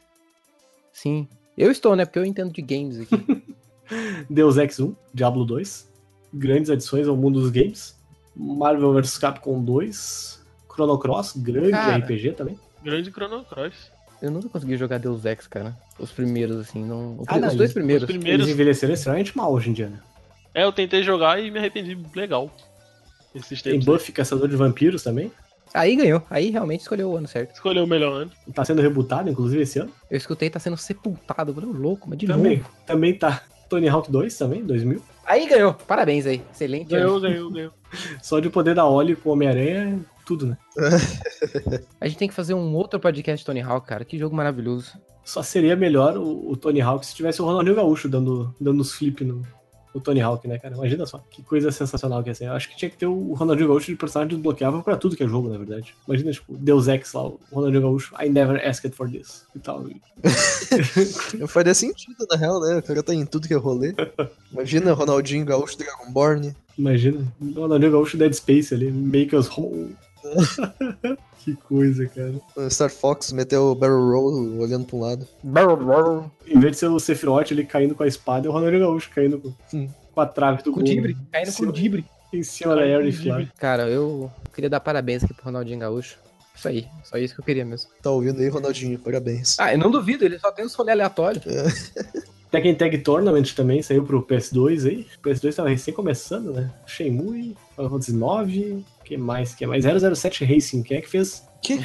S6: Sim. Eu estou, né? Porque eu entendo de games aqui.
S2: Deus Ex 1, Diablo 2. Grandes adições ao mundo dos games. Marvel vs Capcom 2. Chrono Cross, grande
S6: Cara.
S2: RPG também.
S3: Grande Chrono Cross.
S6: Eu nunca consegui jogar Deus Ex, cara. Os primeiros, assim. Não... o
S2: Ah,
S6: pri-
S2: não,
S6: os dois
S2: os
S6: primeiros.
S3: primeiros.
S2: Eles envelheceram extremamente mal hoje em dia, né?
S3: É, eu tentei jogar e me arrependi legal. Esses
S2: Tem
S3: tempos. aí.
S2: Buffy, Caçador de Vampiros também.
S6: Aí ganhou. Aí realmente escolheu o ano certo.
S3: Escolheu o melhor ano.
S2: Tá sendo rebutado, inclusive, esse ano.
S6: Eu escutei, tá sendo sepultado. Eu falei, ô, louco, mas de
S2: Também,
S6: novo.
S2: também tá Tony Hawk 2 também, 2000.
S6: Aí ganhou. Parabéns aí. Excelente. ano.
S3: Ganhou, ganhou, ganhou.
S2: Só de poder da Oli com o Homem-Aranha, tudo, né?
S6: A gente tem que fazer um outro podcast de Tony Hawk, cara. Que jogo maravilhoso.
S2: Só seria melhor o, o Tony Hawk se tivesse o Ronaldinho Gaúcho dando, dando os flip no, no Tony Hawk, né, cara? Imagina só, que coisa sensacional que ia ser. Eu acho que tinha que ter o Ronaldinho Gaúcho de personagem desbloqueável pra tudo que é jogo, na verdade. Imagina, tipo, Deus Ex lá, o Ronaldinho Gaúcho, I never asked for this, e tal.
S4: Faria sentido, na real, né? O cara tá em tudo que é rolê. Imagina Ronaldinho Gaúcho Dragonborn.
S2: Imagina, o Ronaldinho Gaúcho Dead Space ali, make us whole. que coisa, cara.
S4: Star Fox meteu o Barrel Roll olhando pra um lado.
S2: Em vez de ser o Sephiroth ele caindo com a espada, é o Ronaldinho Gaúcho caindo com,
S4: Sim.
S2: com a trave do
S6: Com
S2: gol.
S6: o Dibre. Caindo com
S2: Sim.
S6: o Dibre.
S2: Em cima da Harry
S3: Dibre.
S2: Fly.
S6: Cara, eu queria dar parabéns aqui pro Ronaldinho Gaúcho. Isso aí. Só isso que eu queria mesmo.
S4: Tá ouvindo aí, Ronaldinho? Parabéns.
S6: Ah, eu não duvido. Ele só tem os rolê aleatório.
S2: Tekken Tag Tournament também saiu pro PS2 aí. O PS2 tava recém começando, né? Shenmue, Final Fantasy 9, que mais, que mais? 007 Racing, quem é que fez?
S3: Quê?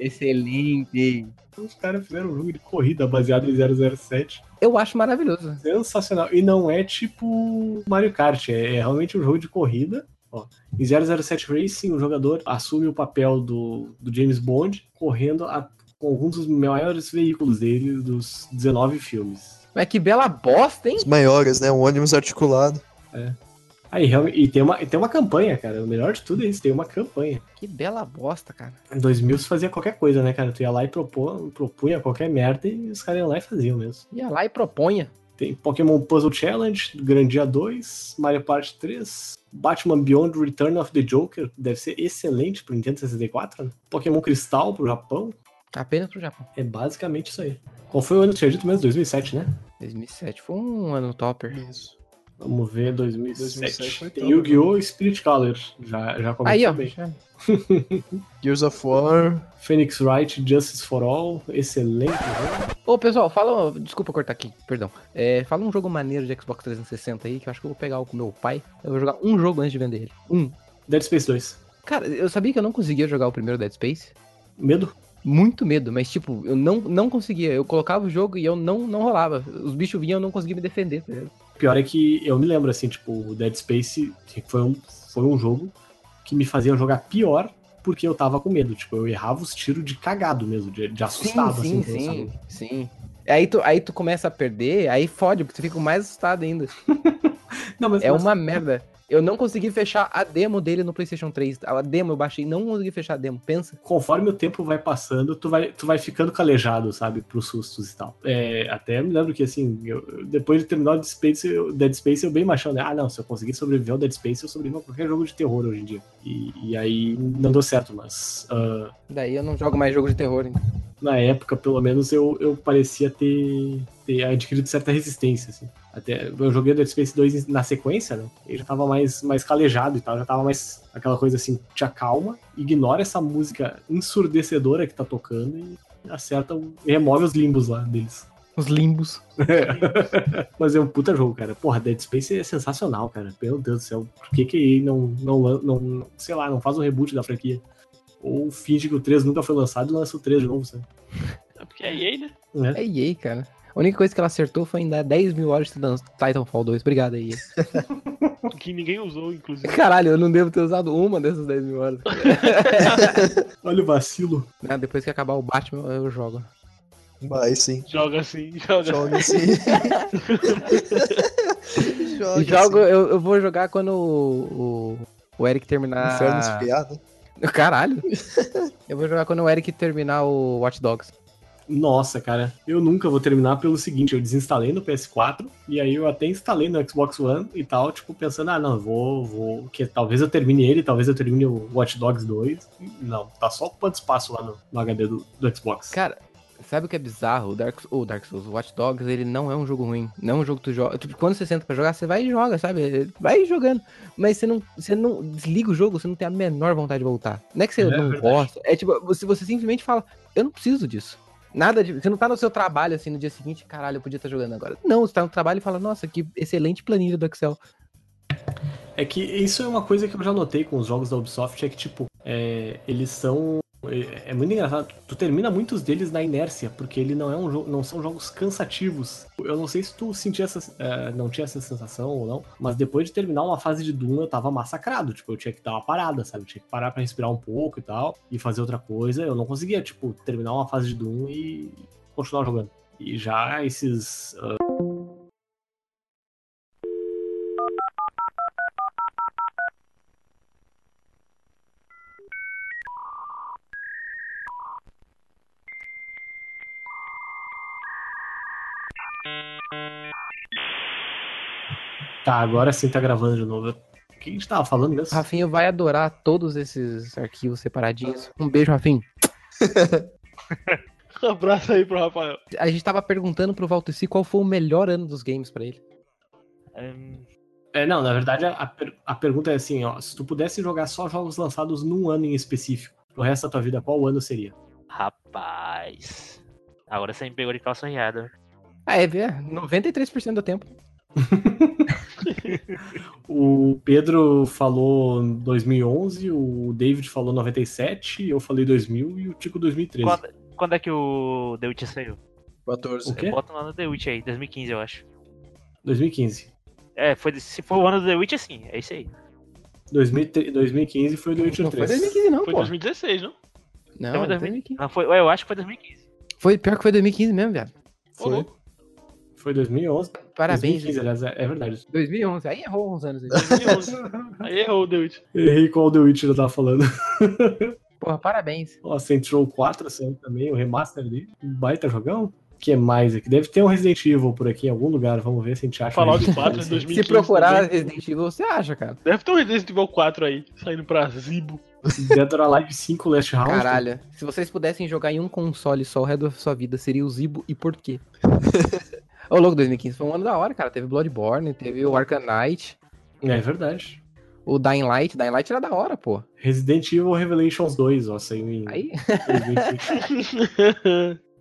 S6: Excelente.
S2: Os caras fizeram um jogo de corrida baseado em 007.
S6: Eu acho maravilhoso.
S2: Sensacional. E não é tipo Mario Kart, é, é realmente um jogo de corrida. Ó, em 007 Racing, o jogador assume o papel do, do James Bond correndo a- com alguns dos maiores veículos dele dos 19 filmes.
S6: Mas que bela bosta, hein?
S4: Os maiores, né? Um ônibus articulado.
S2: Aí, realmente, e tem uma, e tem uma campanha, cara. O melhor de tudo é isso, tem uma campanha.
S6: Que bela bosta, cara.
S2: Em 2000 se fazia qualquer coisa, né, cara? Tu ia lá e propô- propunha qualquer merda e os caras iam lá e faziam mesmo.
S6: Ia lá e proponha.
S2: Tem Pokémon Puzzle Challenge, Grandia 2, Mario Party 3, Batman Beyond Return of the Joker, deve ser excelente pro Nintendo 64, né? Pokémon Cristal pro Japão,
S6: Apenas pro Japão.
S2: é basicamente isso aí. Qual foi o ano que tinha dito mesmo? 2007, né?
S6: 2007 foi um ano topper.
S4: Isso.
S2: Vamos ver, 2007.
S4: 2007 foi
S2: tem
S4: top,
S2: Yu-Gi-Oh! Spirit Color, já, já começou
S6: Aí, ó.
S2: bem.
S4: Gears of War.
S2: Phoenix Wright, Justice for All, excelente jogo.
S6: Ô, pessoal, fala. Desculpa cortar aqui, perdão. É, fala um jogo maneiro de Xbox 360 aí, que eu acho que eu vou pegar o com meu pai. Eu vou jogar um jogo antes de vender ele. Um.
S2: Dead Space 2.
S6: Cara, eu sabia que eu não conseguia jogar o primeiro Dead Space.
S2: Medo?
S6: Muito medo, mas tipo, eu não, não conseguia. Eu colocava o jogo e eu não, não rolava. Os bichos vinham e eu não conseguia me defender, tá ligado?
S2: Pior é que eu me lembro, assim, tipo, o Dead Space foi um, foi um jogo que me fazia jogar pior porque eu tava com medo. Tipo, eu errava os tiros de cagado mesmo, de, de assustado,
S6: sim,
S2: assim. pelo
S6: sim,
S2: saco.
S6: sim, sim. Aí tu, aí tu começa a perder, aí fode, porque tu fica mais assustado ainda.
S2: Não, mas,
S6: É
S2: mas
S6: uma merda. Eu não consegui fechar a demo dele no PlayStation 3. A demo eu baixei, não consegui fechar a demo. Pensa.
S2: conforme o tempo vai passando, tu vai, tu vai ficando calejado, sabe, pros sustos e tal. É, até me lembro que, assim, eu- eu- depois de terminar o Dead Space, eu, Dead Space eu bem machando, né? Ah, não, se eu conseguir sobreviver ao Dead Space, eu sobrevivo a qualquer jogo de terror hoje em dia. E, e aí não deu certo, mas... ah,
S6: Daí eu não jogo mais jogo de terror. hein?
S2: na época, pelo menos, eu, eu parecia ter, ter adquirido certa resistência, assim. Até, eu joguei o Dead Space 2 na sequência, né? Ele já tava mais, mais calejado e tal, já tava mais aquela coisa assim, te acalma, ignora essa música ensurdecedora que tá tocando e acerta, o- remove os limbos lá deles.
S6: Os limbos.
S2: Mas é um puta jogo, cara. Porra, Dead Space é sensacional, cara. Meu Deus do céu. Por que que EA não, não, lan- não, não- sei lá, não faz um reboot da franquia? Ou finge que o 3 nunca foi lançado e lança o 3 de novo, sabe?
S3: É porque é EA, né?
S2: Né?
S6: É EA, cara. A única coisa que ela acertou foi em dar 10 mil horas de Titanfall 2. Obrigado, EA.
S3: Que ninguém usou, inclusive.
S6: Caralho, eu não devo ter usado uma dessas 10 mil horas.
S2: Olha o vacilo.
S6: Não, depois que acabar o Batman, eu jogo.
S4: Vai, sim.
S3: Joga assim, joga.
S4: Joga assim. Joga
S6: Jogo,
S4: assim.
S6: eu, eu vou jogar quando o, o, o Eric terminar...
S4: Inferno espiado.
S6: Caralho. eu vou jogar quando o Eric terminar o Watch Dogs.
S2: Nossa, cara, eu nunca vou terminar pelo seguinte, eu desinstalei no PS4 e aí eu até instalei no Xbox One e tal, tipo, pensando, ah, não, eu vou, vou, que talvez eu termine ele, talvez eu termine o Watch Dogs 2. Não, tá só ocupando espaço lá no, no HD do, do Xbox.
S6: Cara, sabe o que é bizarro? O Dark, o Dark Souls, o Watch Dogs, ele não é um jogo ruim. Não é um jogo que tu joga. Tipo, quando você senta pra jogar, você vai e joga, sabe? Vai jogando. Mas você não, você não desliga o jogo, você não tem a menor vontade de voltar. Não é que você
S2: É
S6: não
S2: verdade.
S6: gosta. É tipo, você, você simplesmente fala, eu não preciso disso. Nada de. Você não tá no seu trabalho assim no dia seguinte, caralho, eu podia estar jogando agora. Não, você tá no trabalho e fala, nossa, que excelente planilha do Excel.
S2: É que isso é uma coisa que eu já notei com os jogos da Ubisoft, é que, tipo, é, eles são. É é muito engraçado, tu termina muitos deles na inércia, porque ele não é um jogo, não são jogos cansativos. Eu não sei se tu sentia essa, é, não tinha essa sensação ou não, mas depois de terminar uma fase de Doom eu tava massacrado, tipo, eu tinha que dar uma parada, sabe? Eu tinha que parar pra respirar um pouco e tal, e fazer outra coisa. Eu não conseguia, tipo, terminar uma fase de Doom e continuar jogando. E já esses ah, Tá, agora sim tá gravando de novo. O que a gente tava falando mesmo?
S6: Rafinha vai adorar todos esses arquivos separadinhos. Um beijo, Rafinha.
S3: Um abraço aí pro Rafael.
S6: A gente tava perguntando pro Valteci qual foi o melhor ano dos games pra ele.
S2: É, não, na verdade a, per- a pergunta é assim, ó, se tu pudesse jogar só jogos lançados num ano em específico, pro resto da tua vida, qual ano seria?
S7: Rapaz. Agora você me pegou de calça riada.
S6: Ah, é, é 93% do tempo.
S2: O Pedro falou 2011, o David falou 97, eu falei 2000 e o Tico 2013.
S7: Quando, quando é que o The Witch saiu?
S4: 14.
S2: O quê?
S7: Bota lá no The Witch aí, 2015, eu acho.
S2: 2015.
S7: É, foi, se for o ano do The Witch, assim, é isso aí.
S2: 2003 2015 foi o The Witcher
S6: Não foi
S2: 3.
S6: 2015, não,
S3: Foi
S6: pô.
S3: 2016, não?
S6: Não,
S7: Foi
S6: foi
S7: 2015.
S6: 2015.
S7: Não, foi, eu acho que foi 2015.
S6: Foi pior que foi 2015 mesmo, viado.
S3: Ô,
S4: Foi.
S3: louco.
S2: Foi 2011.
S6: Parabéns.
S2: 2015, aliás, é, é verdade.
S6: 2011. Aí errou uns anos. aí.
S3: 2011. aí errou o The Witch.
S2: Errei qual The Witcher eu tava falando.
S6: Porra, parabéns.
S2: Ó, Saints Row 4 saiu assim, também, o remaster dele. Um baita jogão. O que mais aqui? Deve ter um Resident Evil por aqui em algum lugar. Vamos ver se a gente acha.
S3: Fallout é
S2: Resident
S3: 4
S2: Evil.
S3: em 2015.
S6: Se procurar
S3: também.
S6: Resident Evil, você acha, cara.
S3: Deve ter um Resident Evil 4 aí, saindo pra Zibo.
S2: Dead or Alive 5 Last House.
S6: Caralho. Se vocês pudessem jogar em um console só o resto da sua vida, seria o Zibo e por quê? Ô, louco, 2015 foi um ano da hora, cara. Teve Bloodborne, teve o Arcanite,
S2: É verdade.
S6: o Dying Light. Dying Light era da hora, pô.
S2: Resident Evil Revelations 2, ó, saiu em
S6: Aí,
S2: 2020.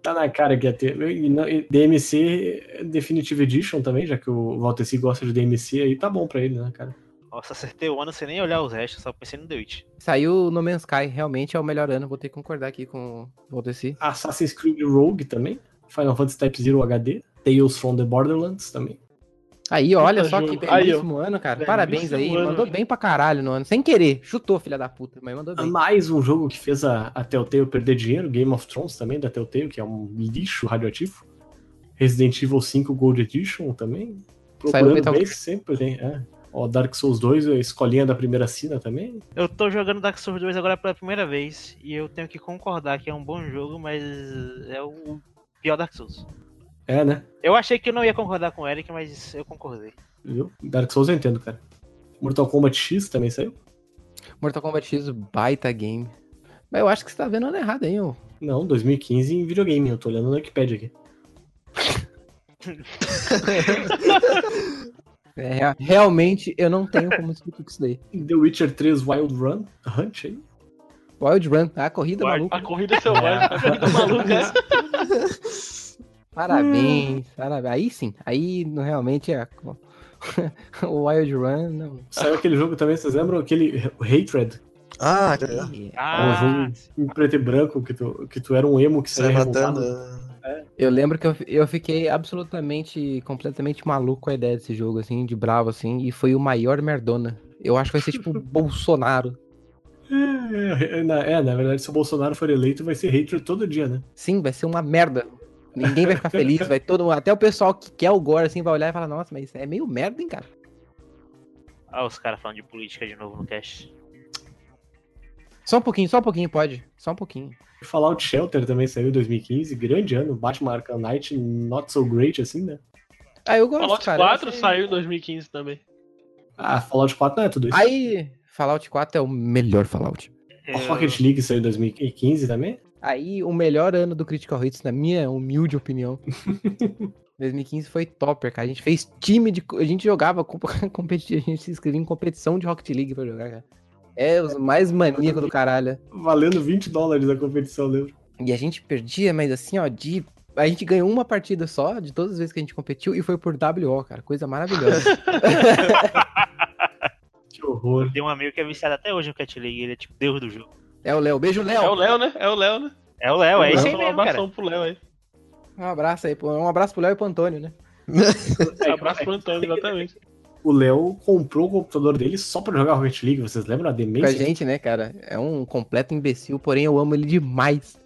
S2: Tá na cara que ia ter. E não- e DMC Definitive Edition também, já que o Valteci gosta de DMC aí, tá bom pra ele, né, cara?
S7: Nossa, acertei o ano sem nem olhar os restos, só pensei no The Witch.
S6: Saiu No Man's Sky, realmente é o melhor ano, vou ter que concordar aqui com o Valdeci.
S2: Assassin's Creed Rogue também. Final Fantasy Type Zero HD. Tales from the Borderlands também.
S6: Aí, olha
S3: Puta
S6: só
S3: jogo.
S6: que
S3: Aí,
S6: belíssimo ano, cara.
S3: Belíssimo
S6: Parabéns aí,
S3: ano.
S6: mandou bem pra caralho no ano, sem querer. Chutou, filha da puta, mas mandou bem.
S2: Mais um jogo que fez a, a Telltale perder dinheiro, Game of Thrones também, da Telltale, que é um lixo radioativo. Resident Evil 5 Gold Edition também.
S6: Saiu o
S2: Procurando
S6: Metal
S2: bem,
S6: Gear.
S2: sempre tem. É. Ó, Dark Souls 2, a escolinha da primeira cena também.
S7: Eu tô jogando Dark Souls 2 agora pela primeira vez, e eu tenho que concordar que é um bom jogo, mas é o pior Dark Souls.
S2: É, né?
S7: Eu achei que eu não ia concordar com o Eric, mas eu concordei.
S2: Viu? Dark Souls eu entendo, cara. Mortal Kombat X também saiu?
S6: Mortal Kombat X, baita game. Mas eu acho que você tá vendo o ano errado, hein, ô.
S2: Não, 2015 em videogame. Eu tô olhando no Wikipedia aqui.
S6: É, rea- realmente, eu não tenho como discutir com isso daí.
S2: The Witcher 3 Wild Run Hunt aí.
S6: Wild Run, a corrida
S3: A
S6: maluca.
S3: corrida selvagem, tá né? a corrida maluca. essa.
S6: Parabéns, parabéns. Aí sim, aí no- realmente é... o Wild Run, não.
S2: Saiu aquele jogo também, vocês lembram? Aquele Hatred,
S4: Ah, cara.
S6: é.
S2: Ah,
S7: Ah,
S2: em preto e branco, que tu, que tu era um emo que
S4: Você
S2: saía
S4: matando.
S2: revoltado.
S6: Eu lembro que eu, fi- eu fiquei absolutamente, completamente maluco com a ideia desse jogo, assim, de bravo, assim, e foi o maior merdona. Eu acho que vai ser tipo Bolsonaro.
S2: É, é, na, é, na verdade, se o Bolsonaro for eleito, vai ser hatred todo dia, né?
S6: Sim, vai ser uma merda. Ninguém vai ficar feliz, vai todo mundo, até o pessoal que quer o Gore, assim, vai olhar e falar, nossa, mas é meio merda, hein, cara.
S7: ah, os caras falando de política de novo no cast.
S6: Só um pouquinho, só um pouquinho, pode. Só um pouquinho.
S2: Fallout Shelter também saiu em 2015, grande ano. Batman Arkham Knight, not so great assim, né?
S6: Ah, eu gosto,
S3: Fallout
S6: cara.
S3: 4
S6: Esse-
S3: saiu em 2015 também.
S2: Ah, Fallout 4 não é tudo isso.
S6: Aí, Fallout 4 é o melhor Fallout.
S2: A Rocket League saiu em 2015 também.
S6: Aí, o melhor ano do Critical Hits, na minha humilde opinião. 2015 foi topper, cara. A gente fez time de. co- A gente jogava com- competi- a gente se inscrevia em competição de Rocket League pra jogar, cara. É os mais maníacos do caralho.
S2: Valendo 20 dólares a competição, lembra?
S6: E a gente perdia, mas assim, ó, de. A gente ganhou uma partida só de todas as vezes que a gente competiu e foi por WO, cara. Coisa maravilhosa.
S2: Que horror.
S7: Tem um amigo que é viciado até hoje no Cat League, ele é tipo deus do jogo.
S6: é o Léo. Beijo,
S3: É o
S6: Léo.
S3: Léo, né? É o Léo, né?
S7: É o Léo, é esse aí
S3: Vamos falar
S7: mesmo, cara.
S3: abração pro Léo aí.
S6: Um abraço aí. pô. Um abraço pro Léo e pro Antônio, né?
S3: Abraço pro Antônio, exatamente.
S2: O Léo comprou o computador dele só pra jogar Rocket League, vocês lembram a
S6: Com a
S2: demência?
S6: gente, né, cara? É um completo imbecil, porém eu amo ele demais.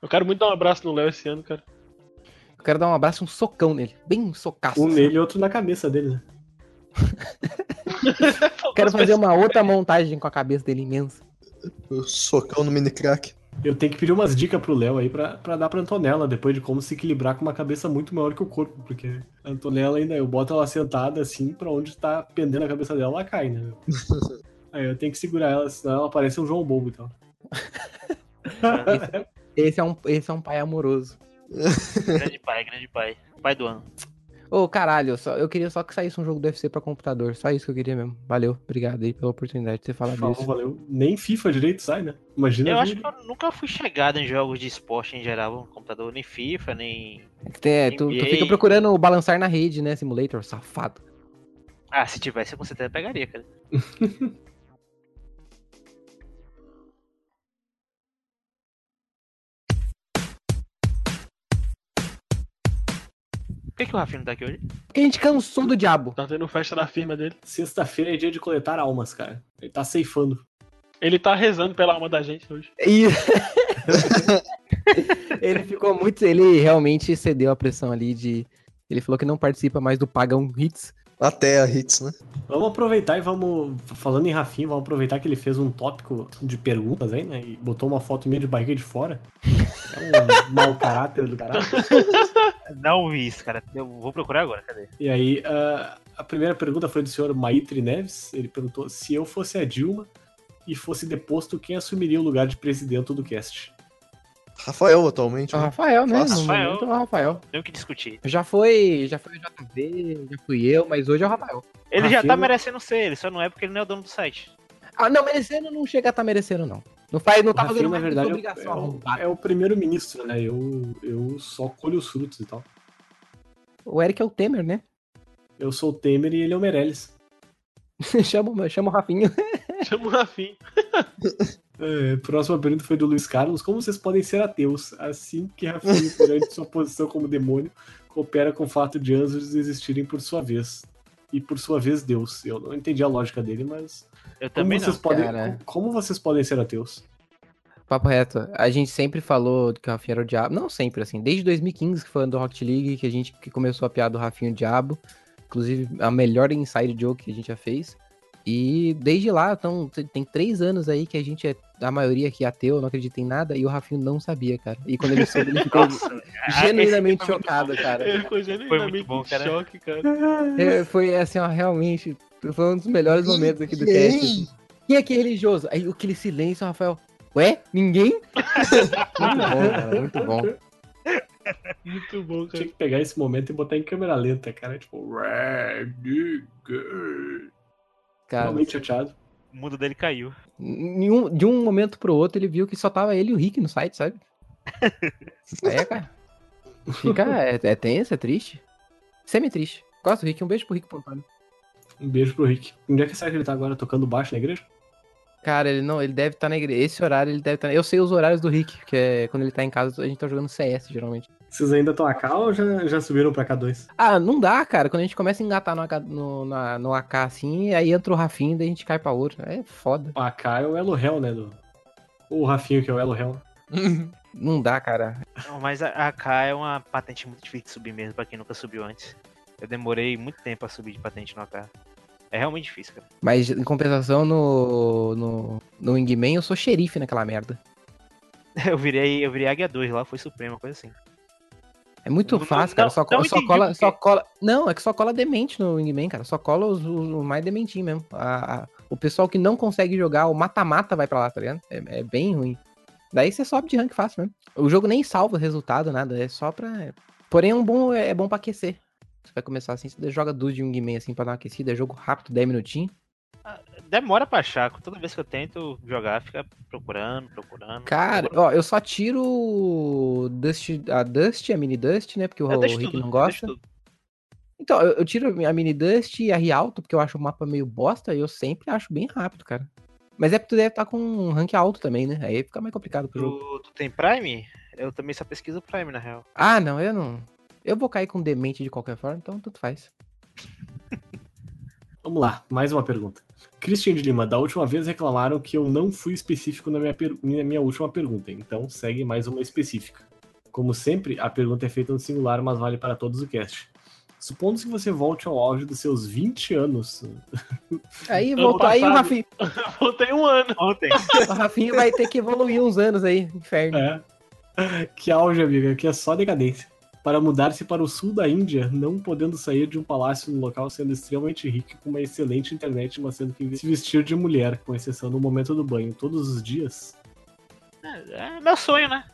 S3: Eu quero muito dar um abraço no Léo esse ano, cara.
S6: Eu quero dar um abraço, um socão nele. Bem um socaço.
S2: Um nele e outro na cabeça dele, né?
S6: Quero fazer uma outra montagem com a cabeça dele imensa.
S4: O socão no mini crack.
S2: Eu tenho que pedir umas dicas pro Léo aí pra, pra dar pra Antonella, depois de como se equilibrar com uma cabeça muito maior que o corpo, porque a Antonella ainda, eu boto ela sentada assim, pra onde tá pendendo a cabeça dela, ela cai, né? Aí eu tenho que segurar ela, senão ela parece um João Bobo, então.
S6: Esse é um, esse é um pai amoroso.
S7: Grande pai, grande pai. Pai do ano.
S6: Ô, caralho, eu só, eu queria só que saísse um jogo do UFC pra computador. Só isso que eu queria mesmo. Valeu, obrigado aí pela oportunidade de ter falado
S2: Falou,
S6: disso.
S2: valeu. Nem FIFA direito sai, né? Imagina.
S7: Eu
S2: a
S7: acho
S2: vida.
S7: que eu nunca fui chegado em jogos de esporte em geral, no computador, nem FIFA, nem.
S6: É que tem- é, tu, tu fica
S7: NBA.
S6: procurando o balançar na rede, né, Simulator, safado.
S7: Ah, se tivesse, eu com certeza pegaria, cara. Por que, que o Rafinha não tá aqui hoje?
S6: Porque a gente cansou do diabo.
S3: Tá tendo festa da firma dele.
S2: Sexta-feira é dia de coletar almas, cara. Ele tá ceifando.
S3: Ele tá rezando pela alma da gente hoje.
S6: E... ele ficou muito. Ele realmente cedeu à pressão ali de. Ele falou que não participa mais do Paga um Hits.
S4: Até a hits, né?
S2: Vamos aproveitar e vamos. Falando em Rafinha, vamos aproveitar que ele fez um tópico de perguntas aí, né? E botou uma foto minha de barriga de fora. É um mau caráter do caralho.
S7: Não vi isso, cara. Eu vou procurar agora, cadê?
S2: E aí, ah, a primeira pergunta foi do senhor Maitre Neves. Ele perguntou se eu fosse a Dilma e fosse deposto, quem assumiria o lugar de presidente do cast?
S4: Rafael, atualmente.
S6: É o
S4: né?
S6: Rafael, né?
S4: Fácil.
S6: No momento é o Rafael.
S7: Tem o que discutir.
S6: Já foi, já foi o JV, já fui eu, mas hoje é o Rafael.
S7: Ele já tá
S2: Rafinha-
S7: merecendo ser, ele só não é porque ele não é o dono do site.
S6: Ah, não, merecendo não chega a tá merecendo, não. Não faz, não tá
S2: Rafinha,
S6: fazendo
S2: na
S6: mais do que
S2: verdade, é o-
S6: obrigação
S2: é o,
S6: arrombada.
S2: é o primeiro-ministro, né? Eu, eu só colho os frutos e tal.
S6: O Eric é o Temer, né?
S2: Eu sou o Temer e ele é o Meirelles.
S6: chama, o- chama o Rafinho.
S3: Chama o Rafinha.
S2: É, próxima pergunta foi do Luiz Carlos. Como vocês podem ser ateus assim que Rafinha, perante sua posição como demônio, coopera com o fato de anjos existirem por sua vez? E por sua vez, Deus. Eu não entendi a lógica dele, mas.
S7: Eu
S2: Como
S7: também não.
S2: vocês, podem,
S6: cara.
S2: co- como vocês podem ser ateus?
S6: Papo reto, a gente sempre falou que o Rafinha era o diabo. Não sempre, assim, desde 2015, que foi ano do Rocket League, que a gente que começou a piada do Rafinha o Diabo. Inclusive, a melhor inside joke que a gente já fez. E desde lá, então, tem- tem três anos aí que a gente é, a maioria aqui é ateu, não acredita em nada, e o Rafinho não sabia, cara. E quando ele soube, ele ficou genuinamente
S7: esse foi muito
S6: chocado, cara.
S3: Ele ficou
S7: É. muito
S3: genuinamente
S7: bom,
S3: em
S7: cara.
S3: choque, cara.
S6: É, foi assim, ó, realmente, foi um dos melhores momentos aqui do cast. assim.
S4: Ninguém.
S6: Quem é que é religioso? Aí aquele silêncio, o Rafael. Ué? Ninguém? muito bom, cara, muito bom.
S3: Muito
S7: É.
S2: Tinha
S3: bom,
S6: Tipo,
S3: cara.
S2: que pegar esse momento e botar em câmera lenta, cara. Tipo, "Ué, nigga."
S6: Cara,
S2: realmente chateado.
S7: O mundo dele caiu.
S6: em um- de um momento pro outro, ele viu que só tava ele e o Rick no site, sabe? Aí, cara. Fica. É, é tenso, é triste. Semi-triste. Gosto do Rick. Um beijo pro Rick Pontano.
S2: Um beijo pro Rick. Onde é que será que ele tá agora tocando baixo na igreja?
S6: Cara, ele não, ele deve estar na igreja. Esse horário ele deve estar. Eu sei os horários do Rick, que é quando ele tá em casa, a gente tá jogando CS geralmente.
S2: Vocês ainda estão a cá ou já, já subiram pra K2?
S6: Ah, não dá, cara. Quando a gente começa a engatar no, H- no, na- no AK assim, aí entra o Rafinha e daí a gente cai pra outro. É foda.
S2: O AK é o Elo Hell, né? Do... O Rafinho, que é o Elo Hell.
S6: Não dá, cara.
S7: Não, mas a AK é uma patente muito difícil de subir mesmo, pra quem nunca subiu antes. Eu demorei muito tempo pra subir de patente no AK. É realmente difícil, cara.
S6: Mas em compensação no. no, no Wingman eu sou xerife naquela merda.
S7: Eu virei, eu virei Águia 2 lá, foi Suprema, coisa assim.
S6: É muito
S7: Não-
S6: fácil, cara.
S7: não-
S6: só, co-
S7: não
S6: só
S7: entendi
S6: cola.
S7: por
S6: Só
S7: quê.
S6: cola. Não, é que só cola demente no Wingman, cara. Só cola os, os- os mais dementinhos mesmo. A- a- o pessoal que não consegue jogar, o mata-mata vai pra lá, tá ligado? É, é bem ruim. Daí você sobe de rank fácil mesmo. O jogo nem salva resultado, nada. É só pra. Porém, é um bom, é bom pra aquecer. Você vai começar assim, você joga duas de Wingman assim pra dar uma aquecida, é jogo rápido, 10 minutinhos.
S7: Demora pra achar, toda vez que eu tento jogar, fica procurando, procurando.
S6: Cara,
S7: procurando.
S6: ó, eu só tiro o Dust, a Dust, a mini Dust, né? Porque o,
S7: Eu
S6: o
S7: deixo
S6: Rick
S7: É, tudo,
S6: não
S7: eu
S6: gosta.
S7: deixo tudo.
S6: Então, eu, eu tiro a mini Dust e a Rialto, porque eu acho o mapa meio bosta, e eu sempre acho bem rápido, cara. Mas é porque tu deve estar com um rank alto também, né? Aí fica mais complicado pro jogo.
S7: Tu, tu tem Prime? Eu também só pesquiso Prime, na real.
S6: Ah, não, eu não. Eu vou cair com demente de qualquer forma, então tanto faz.
S2: Vamos lá, mais uma pergunta. Christian de Lima, da última vez reclamaram que eu não fui específico na minha, per- minha, minha última pergunta, então segue mais uma específica. Como sempre, a pergunta é feita no singular, mas vale para todos o cast. Supondo que você volte ao auge dos seus 20 anos,
S6: Aí
S3: Ano
S6: voltou. Aí o
S3: passado.
S6: Rafinha,
S3: Voltei um ano.
S7: Ontem.
S6: o Rafinha vai ter que evoluir uns anos aí, inferno.
S2: É. Que auge, amiga, que é só decadência. Para mudar-se para o sul da Índia, não podendo sair de um palácio no local sendo extremamente rico com uma excelente internet, mas sendo que se vestir de mulher, com exceção do momento do banho, todos os dias.
S7: É, é meu sonho, né?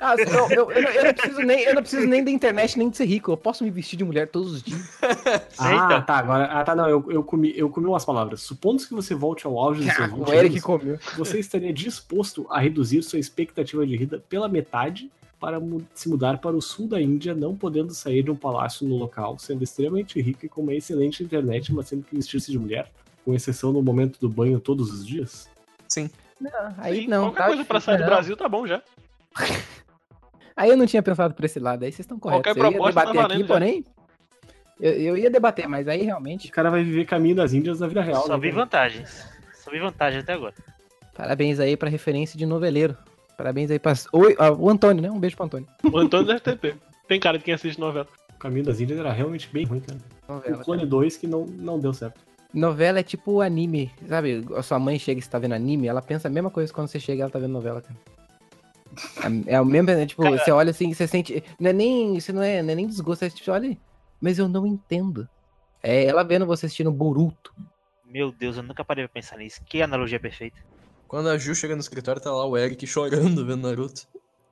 S6: Ah, não, eu, eu não- eu não preciso nem, eu não preciso nem da internet, nem de ser rico. Eu posso me vestir de mulher todos os dias.
S7: então.
S2: Ah, tá, agora. Ah, tá, não, eu, eu comi, eu comi umas palavras. Supondo que você volte ao auge dos seus 20
S6: O Eric
S2: anos,
S6: comeu.
S2: você estaria disposto a reduzir sua expectativa de vida pela metade para mu- se mudar para o sul da Índia, não podendo sair de um palácio no local, sendo extremamente rico e com uma excelente internet, mas sendo que vestir-se de mulher, com exceção no momento do banho todos os dias?
S6: Não, aí
S3: Sim,
S6: não.
S3: Qualquer
S6: tá
S3: coisa pra
S6: difícil,
S3: sair do
S6: não.
S3: Brasil tá bom já.
S6: Aí eu não tinha pensado por esse lado, aí vocês estão corretos.
S3: Qualquer
S6: eu ia
S3: proposta tá
S6: debater
S3: valendo
S6: aqui,
S3: já.
S6: porém. Eu, eu ia debater, mas aí realmente.
S2: O cara vai viver caminho das Índias na vida
S6: é
S2: real.
S7: Só
S2: né,
S7: vi
S2: cara?
S7: vantagens. Só vi vantagens até agora.
S6: Parabéns aí pra referência de noveleiro. Parabéns aí pra. Oi, ah, o Antônio, né? Um beijo pro Antônio.
S3: O Antônio deve ter pego. Tem cara de quem assiste novela.
S2: O caminho das Índias era realmente bem ruim, cara.
S6: Novela.
S2: o Clone 2 que não, não deu certo.
S6: Novela é tipo anime. Sabe, a sua mãe chega e você tá vendo anime, ela pensa a mesma coisa quando você chega e ela tá vendo novela, cara. É- É o mesmo, é, tipo, você olha assim, você sente. Não é nem. Isso não é, não é nem desgosto, é tipo, olha, mas eu não entendo. É ela vendo você assistindo Boruto.
S7: Meu Deus, eu nunca parei pra pensar nisso. Que analogia perfeita.
S4: Quando a Ju chega no escritório, tá lá o Eric chorando vendo Naruto.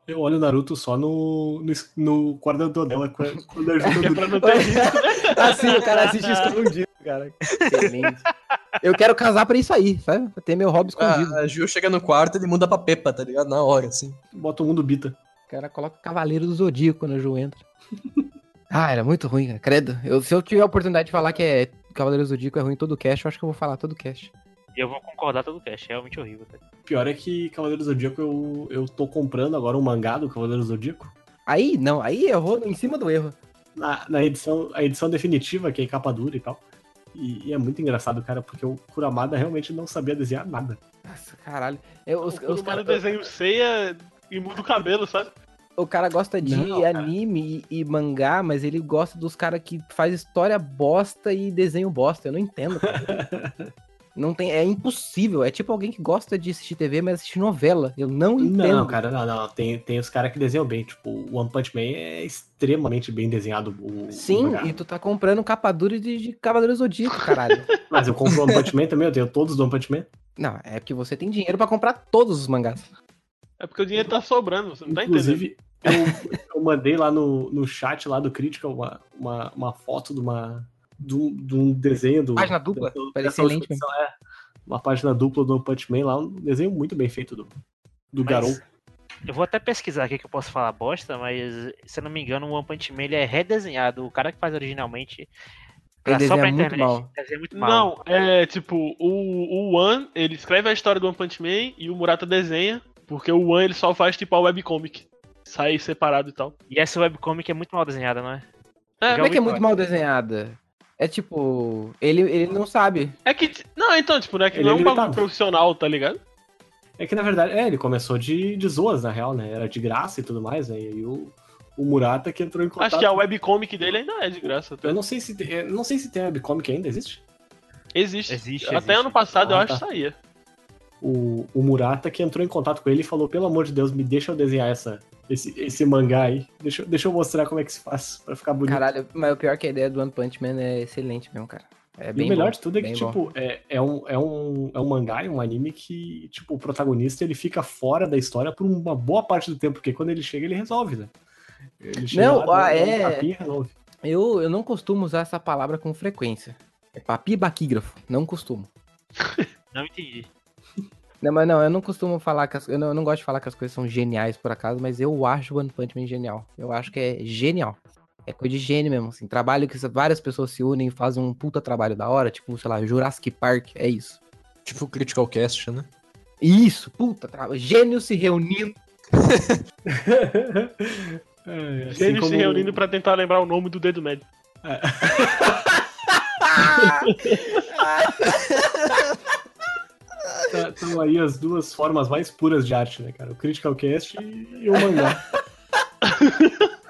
S2: Eu olho o Naruto só no, no, es- no quarto do dela, quando quando ajuda do
S3: É, Pra não ter risco.
S6: Assim, o cara assiste escondido, cara. Excelente. Eu quero casar pra isso aí, sabe? Pra ter meu hobby escondido.
S4: Ah, a Ju chega no quarto, ele muda pra Pepa, tá ligado? Na hora, assim.
S2: bota o mundo bita.
S6: O cara coloca Cavaleiro do Zodíaco quando o Ju entra. Ah, era muito ruim, cara. Credo. Eu, se eu tiver a oportunidade de falar que é Cavaleiro do Zodíaco é ruim todo o cast, eu acho que eu vou falar todo o cast.
S7: E eu vou concordar todo o cast, é realmente horrível, cara.
S2: Pior é que Cavaleiro do Zodíaco eu, eu tô comprando agora um mangá do Cavaleiro do Zodíaco.
S6: Aí, não, aí errou em cima do erro.
S2: na, na edição, a edição definitiva, que é capa dura e tal. E, e é muito engraçado, cara, porque o Kuramada realmente não sabia desenhar nada.
S6: Nossa, caralho. Eu- os-
S3: O
S6: os
S3: cara
S6: cara-
S3: desenha o ceia e muda o cabelo, sabe?
S6: o cara gosta de
S2: Não, cara.
S6: anime e, e mangá, mas ele gosta dos caras que faz história bosta e desenho bosta. Eu não entendo, cara. não tem, é impossível. É tipo alguém que gosta de assistir TV, mas assiste novela. Eu não entendo.
S2: Não, cara, não, não. Tem, tem os caras que desenham bem. Tipo, o One Punch Man é extremamente bem desenhado. O, o
S6: Sim,
S2: mangá.
S6: e tu tá comprando capa dura de, de Cavaleiro Zodíaco, caralho.
S2: mas eu compro o One Punch Man também, eu tenho todos do One Punch Man.
S6: não, é porque você tem dinheiro pra comprar todos os mangás.
S3: É porque o dinheiro tá sobrando, você não tá entendendo.
S2: Inclusive, eu, eu mandei lá no, no chat lá do Critical uma, uma, uma foto de uma. De um, de um desenho do.
S6: Página dupla?
S2: dessa-
S6: Parece
S2: dessa última
S6: excelente mesmo.
S2: edição, é. uma página dupla do One Punch Man lá, um desenho muito bem feito do, do
S7: Mas-
S2: garoto.
S7: Eu vou até pesquisar aqui que eu posso falar bosta, mas se eu não me engano, o One Punch Man ele é redesenhado. O cara que faz originalmente. pra-
S6: Ele
S7: só pra
S6: desenha muito
S7: internet.
S6: mal.
S7: Desenha muito mal.
S3: Não, é tipo, o, o One, ele escreve a história do One Punch Man e o Murata desenha, porque o One ele só faz tipo a webcomic. Sai separado e tal.
S7: E essa webcomic é muito mal desenhada, não é?
S3: É,
S7: Já
S6: Como é que é
S7: ouvi
S6: muito mal desenhada? É tipo. Ele, ele não sabe.
S3: É que. Não, então, tipo, não é que
S2: Ele
S3: não é um
S2: gritava.
S3: bagulho profissional, tá ligado?
S2: É que na verdade, é, ele começou de, de zoas, na real, né? Era de graça e tudo mais, né? E aí o, o Murata que entrou em contato.
S3: Acho que a webcomic dele ainda é de graça. até.
S2: Eu não sei se tem, eu não sei se tem webcomic ainda, existe?
S3: Existe.
S7: Existe,
S3: Até
S7: existe.
S3: ano passado eu
S2: Ah,
S3: acho
S2: tá.
S3: que saía.
S2: O, o Murata que entrou em contato com ele e falou: pelo amor de Deus, me deixa eu desenhar essa, esse, esse mangá aí. Deixa, eu- deixa eu mostrar como é que se faz pra ficar bonito.
S6: Caralho, mas o pior é que a ideia do One Punch Man é excelente mesmo, cara. É
S2: E
S6: bem
S2: o melhor
S6: bom,
S2: de tudo é que,
S6: bem bom.
S2: tipo, é, é, um, é, um, é um mangá, é um anime que, tipo, o protagonista ele fica fora da história por uma boa parte do tempo, porque quando ele chega, ele resolve, né? Ele
S6: Não,
S2: dá-
S6: ah,
S2: dá um
S6: é.
S2: tapinha e resolve.
S6: Eu, eu não costumo usar essa palavra com frequência. É papibaquígrafo. Não costumo.
S7: Não entendi.
S6: Não, mas não, eu não costumo falar que as, eu, não, eu não gosto de falar que as coisas são geniais por acaso, mas eu acho One Punch Man genial. Eu acho que é genial. É coisa de gênio mesmo, assim. Trabalho que várias pessoas se unem e fazem um puta trabalho da hora, tipo, sei lá, Jurassic Park, é isso.
S4: Tipo Critical Cast, né?
S6: Isso, puta, tra... gênio se reunindo.
S2: É, assim
S3: Eles se
S2: como-
S3: reunindo pra tentar lembrar o nome do dedo médio.
S2: Estão tá, aí as duas formas mais puras de arte, né, cara? O Critical Cast e o mangá.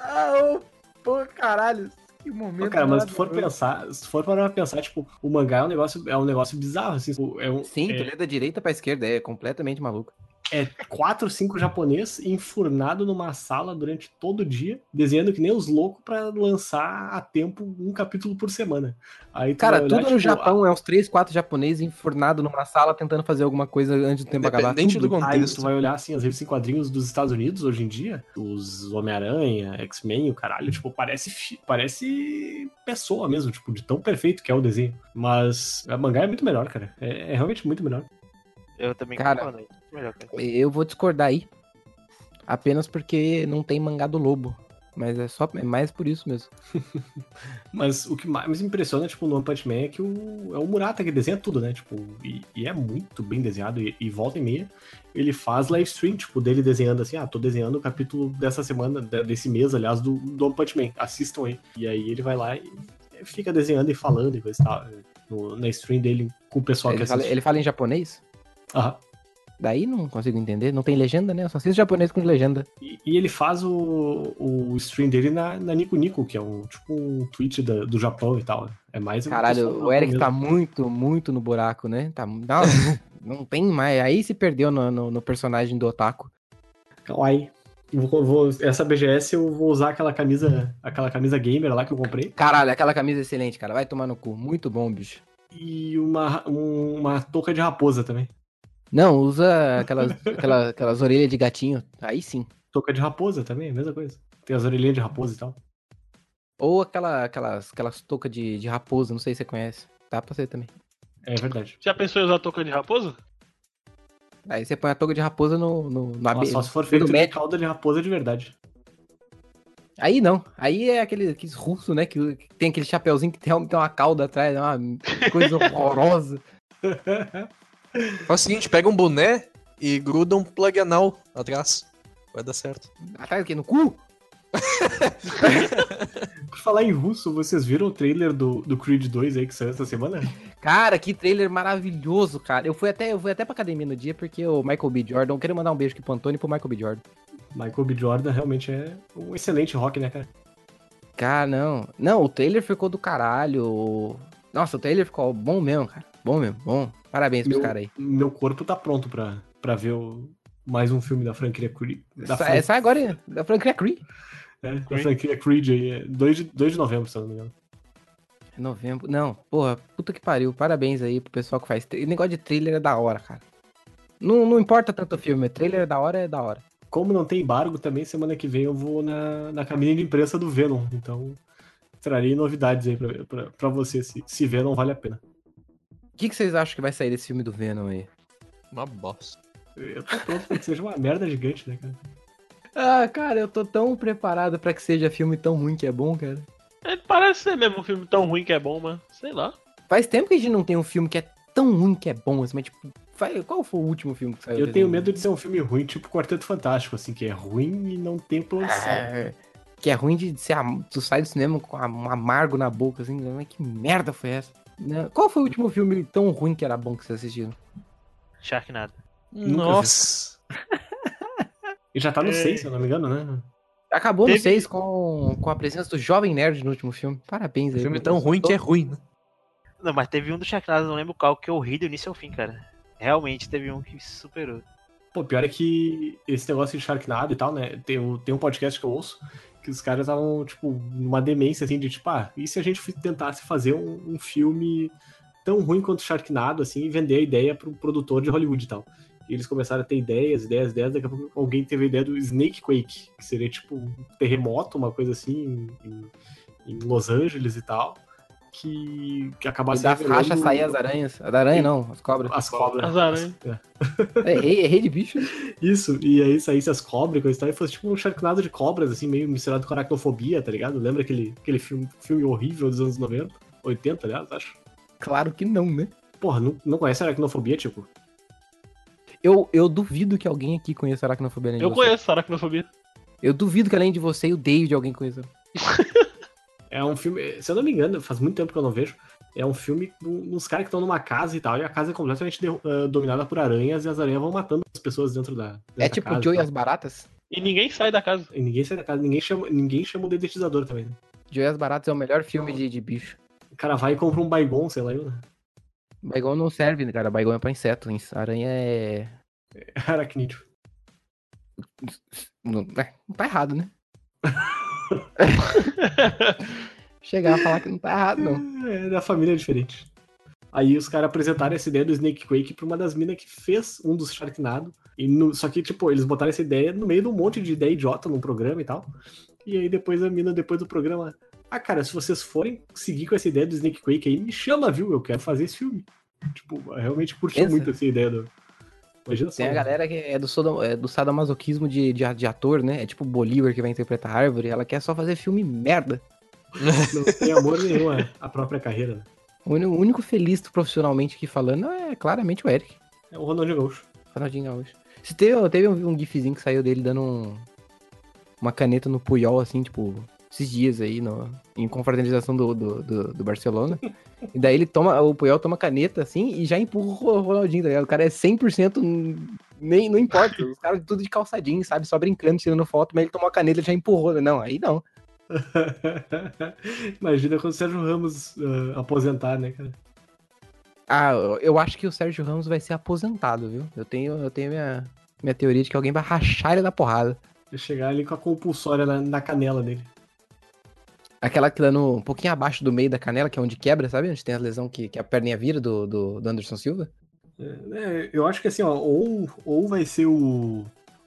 S6: Ah, pô, caralho, que momento.
S2: Pô, cara, mas se tu for pensar, se tu for parar pra pensar, tipo, o mangá é um negócio, é um negócio bizarro, assim. tipo, É, um,
S6: Sim, tu
S2: é,
S6: lê da direita pra esquerda, é completamente maluco.
S2: é quatro, cinco japonês enfurnado numa sala durante todo o dia, desenhando que nem os loucos pra lançar a tempo um capítulo por semana. Aí tu
S6: Cara,
S2: vai olhar,
S6: tudo no
S2: tipo,
S6: Japão é uns 3, 4 japoneses enfurnados numa sala tentando fazer alguma coisa antes do tempo acabar.
S4: Independente
S6: Tudo.
S4: do
S2: Aí tu
S4: contexto.
S2: vai olhar assim as revistas em quadrinhos dos Estados Unidos hoje em dia, os Homem-Aranha, X-Men, o caralho, tipo, parece fi- parece pessoa mesmo, tipo, de tão perfeito que é o desenho. Mas a mangá é muito melhor, cara. É, é realmente muito melhor.
S7: Eu também
S6: Cara.
S7: concordo aí. Melhor, cara.
S6: Eu vou discordar aí. Apenas porque não tem mangá do lobo. Mas é só é mais por isso mesmo.
S2: Mas o que mais me impressiona, tipo, no One Punch Man é que o, é o Murata que desenha tudo, né? Tipo, e, e é muito bem desenhado, e, e volta e meia, ele faz live stream, tipo, dele desenhando assim, ah, tô desenhando o capítulo dessa semana, de- desse mês, aliás, do, do One Punch Man, assistam aí. E aí ele vai lá e fica desenhando e falando e coisa e tal, no- na stream dele com o pessoal
S6: Ele
S2: que
S6: fala,
S2: assiste.
S6: ele fala em japonês?
S2: Aham.
S6: Daí não consigo entender. Não tem legenda, né? Eu só assisto japonês com legenda.
S2: E, e ele faz o, o stream dele na, na Nico Nico, que é um, tipo, um tweet da- do Japão e tal. É mais... um pessoal
S6: Caralho,
S2: do
S6: o Eric
S2: Japão
S6: tá muito, muito no buraco, né? Tá, não, não tem mais. Aí se perdeu no, no- no personagem do Otaku.
S2: Kawaii. Eu Vou, vou- essa BGS eu vou usar aquela camisa, aquela camisa gamer lá que eu comprei.
S6: Caralho, aquela camisa é excelente, cara. Vai tomar no cu. Muito bom, bicho.
S2: E uma, um- uma touca de raposa também.
S6: Não, usa aquelas, aquela- aquelas orelhas de gatinho. Aí sim.
S2: Touca de raposa também, é mesma coisa. Tem as orelhinhas de raposa e tal.
S6: Ou aquela, aquelas, aquelas toucas de, de raposa, não sei se você conhece. Dá pra você também.
S2: É verdade.
S3: Já pensou em usar touca de raposa?
S6: Aí você põe a touca de raposa no, no, no
S2: Mas
S6: abe-
S2: só se for
S6: no
S2: feito de
S6: médico.
S2: cauda de raposa de verdade.
S6: Aí não. Aí é aquele, aqueles russos, né? Que, que tem aquele chapeuzinho que tem, uma- tem uma cauda atrás, é uma coisa horrorosa.
S4: Faz o seguinte, pega um boné e gruda um plug anal atrás. Vai dar certo.
S6: Atrás o quê? No cu?
S2: Por falar em russo, vocês viram o trailer do, do Creed 2 aí que saiu essa semana?
S6: Cara, que trailer maravilhoso, cara. Eu fui até, eu fui até pra academia no dia porque o Michael B. Jordan. Eu quero mandar um beijo aqui pro Antônio e pro Michael B. Jordan.
S2: Michael B. Jordan realmente é um excelente rock, né, cara?
S6: Cara, não. Não, o trailer ficou do caralho. Nossa, o trailer ficou bom mesmo, cara. Bom mesmo, bom. Parabéns pros
S2: Meu,
S6: caras aí.
S2: meu corpo tá pronto pra, pra ver o- mais um filme da franquia Creed. Da,
S6: Sa-
S2: fran-
S6: é, sai agora hein? da franquia Cree.
S2: é, da franquia Creed aí. É 2 de, 2 de novembro, se eu não me engano.
S6: Novembro. Não, porra, puta que pariu. Parabéns aí pro pessoal que faz. tra- O negócio de trailer é da hora, cara. Não, não importa tanto o filme, trailer é da hora é da hora.
S2: Como não tem embargo, também semana que vem eu vou na, na cabine de imprensa do Venom. Então, trarei novidades aí pra, pra, pra você, se, se Venom vale a pena.
S6: O que, que vocês acham que vai sair desse filme do Venom aí?
S4: Uma bosta.
S2: Eu tô pronto pra que seja uma merda gigante, né, cara?
S6: Ah, cara, eu tô tão preparado pra que seja filme tão ruim que é bom, cara.
S3: Ele parece ser mesmo um filme tão ruim que é bom, mas sei lá.
S6: Faz tempo que a gente não tem um filme que é tão ruim que é bom, assim, mas tipo, vai- qual foi o último filme que saiu?
S2: Eu
S6: desse
S2: tenho
S6: ano?
S2: medo de ser um filme ruim, tipo Quarteto Fantástico, assim, que é ruim e não tem plano de saída.
S6: É, que é ruim de ser. am- Tu sai do cinema com a- um amargo na boca, assim. mas Que merda foi essa? Né? Qual foi o último filme tão ruim que era bom que vocês assistiram?
S7: Sharknado.
S4: Nossa.
S2: E já tá no
S3: É.
S2: tá 6, se eu não me engano, né?
S6: Acabou no
S3: Teve-
S6: 6 com, com a presença do jovem nerd no último filme. Parabéns aí.
S4: filme
S6: pra
S4: tão
S6: eles.
S4: ruim que é ruim, né?
S7: Não, mas teve um do Sharknado, não lembro qual, que eu ri do início ao fim, cara. Realmente teve um que superou.
S2: Pô, pior é que esse negócio de Sharknado e tal, né? Tem, um- tem um podcast que eu ouço que os caras estavam, tipo, numa demência, assim, de tipo, ah, e se a gente fi- tentasse fazer um, um filme tão ruim quanto Sharknado, assim, e vender a ideia pro produtor de Hollywood e tal. E eles começaram a ter ideias, ideias, ideias, daqui a pouco alguém teve a ideia do Snake Quake, que seria, tipo, um terremoto, uma coisa assim, em, em Los Angeles e tal, que, que
S6: E
S2: acabasse...
S6: da
S2: revelando
S6: faixa sair as aranhas. As aranhas não, as cobras.
S2: As cobras.
S3: As aranhas.
S2: É.
S6: Errei, errei de bicho.
S2: Isso, e aí saísse as cobras e coisa e tal, e fosse tipo um Sharknado de cobras, assim, meio misturado com aracnofobia, tá ligado? Lembra aquele, aquele filme, filme horrível dos anos 90? 80, aliás, acho.
S6: Claro que não, né?
S2: Porra, não, não conhece aracnofobia, tipo?
S6: Eu, eu duvido que alguém aqui conheça aracnofobia além de
S3: Eu
S6: você.
S3: conheço aracnofobia.
S6: Eu duvido que além de você e o David alguém conheça.
S2: É um filme, se eu não me engano, faz muito tempo que eu não vejo, é um filme com uns caras que estão numa casa e tal, e a casa é completamente derru- ah, dominada por aranhas, e as aranhas vão matando as pessoas dentro da dentro da
S6: É tipo
S2: casa tá.
S6: o
S2: e
S6: Joe e
S2: tal.
S6: as Baratas?
S3: E ninguém sai da casa.
S2: E ninguém sai da casa, ninguém chama, ninguém chama o dedetizador também. Né?
S6: Joe e as Baratas é o melhor filme de, de bicho.
S2: O cara vai e compra um baigon, sei lá, eu, né?
S6: Baigon não serve, cara. Baigon é pra inseto. ins- Aranha é...
S2: aracnídeo.
S6: Não, é, não tá errado, né? Chegar a falar que não tá errado, não.
S2: É, da família é diferente. Aí os caras apresentaram essa ideia do Snake Quake pra uma das minas que fez um dos Sharknado. E no- só que, tipo, eles botaram essa ideia no meio de um monte de ideia idiota num programa e tal. E aí depois a mina, depois do programa, ah, cara, se vocês forem seguir com essa ideia do Snake Quake aí, me chama, viu? Eu quero fazer esse filme. Tipo, eu realmente curti
S6: Pensa.
S2: muito essa ideia do. Imagina só.
S6: Tem a galera que é do, sodom, é do sadomasoquismo de, de, de ator, né? É tipo o Bolívar que vai interpretar a árvore. Ela quer só fazer filme merda.
S2: Não tem amor nenhum à- à própria carreira. né?
S6: O uni- o único feliz profissionalmente aqui falando é claramente o Eric.
S2: É o Ronaldinho Gaúcho.
S6: Ronaldinho Gaúcho. Se teve, teve um, um gifzinho que saiu dele dando um- uma caneta no Puyol, assim, tipo, esses dias aí, no- em confraternização do, do, do- do Barcelona. E daí ele toma, o Puyol toma a caneta, assim, e já empurra o Ro- Ronaldinho, tá ligado? O cara é 100%, n- nem, não importa, os caras tudo de calçadinho, sabe? Só brincando, tirando foto, mas ele tomou a caneta e já empurrou. né? Não, aí não.
S2: Imagina quando o Sérgio Ramos ah, aposentar, né, cara?
S6: Ah, eu- eu acho que o Sérgio Ramos vai ser aposentado, viu? Eu tenho, eu tenho minha, minha teoria de que alguém vai rachar ele da porrada.
S2: Eu chegar ali com a compulsória na, na canela dele.
S6: Aquela que dá no, um pouquinho abaixo do meio da canela, que é onde quebra, sabe? Onde tem a lesão que, que a perninha vira do, do, do Anderson Silva.
S2: É, eu acho que assim, ó, ou, ou vai ser o.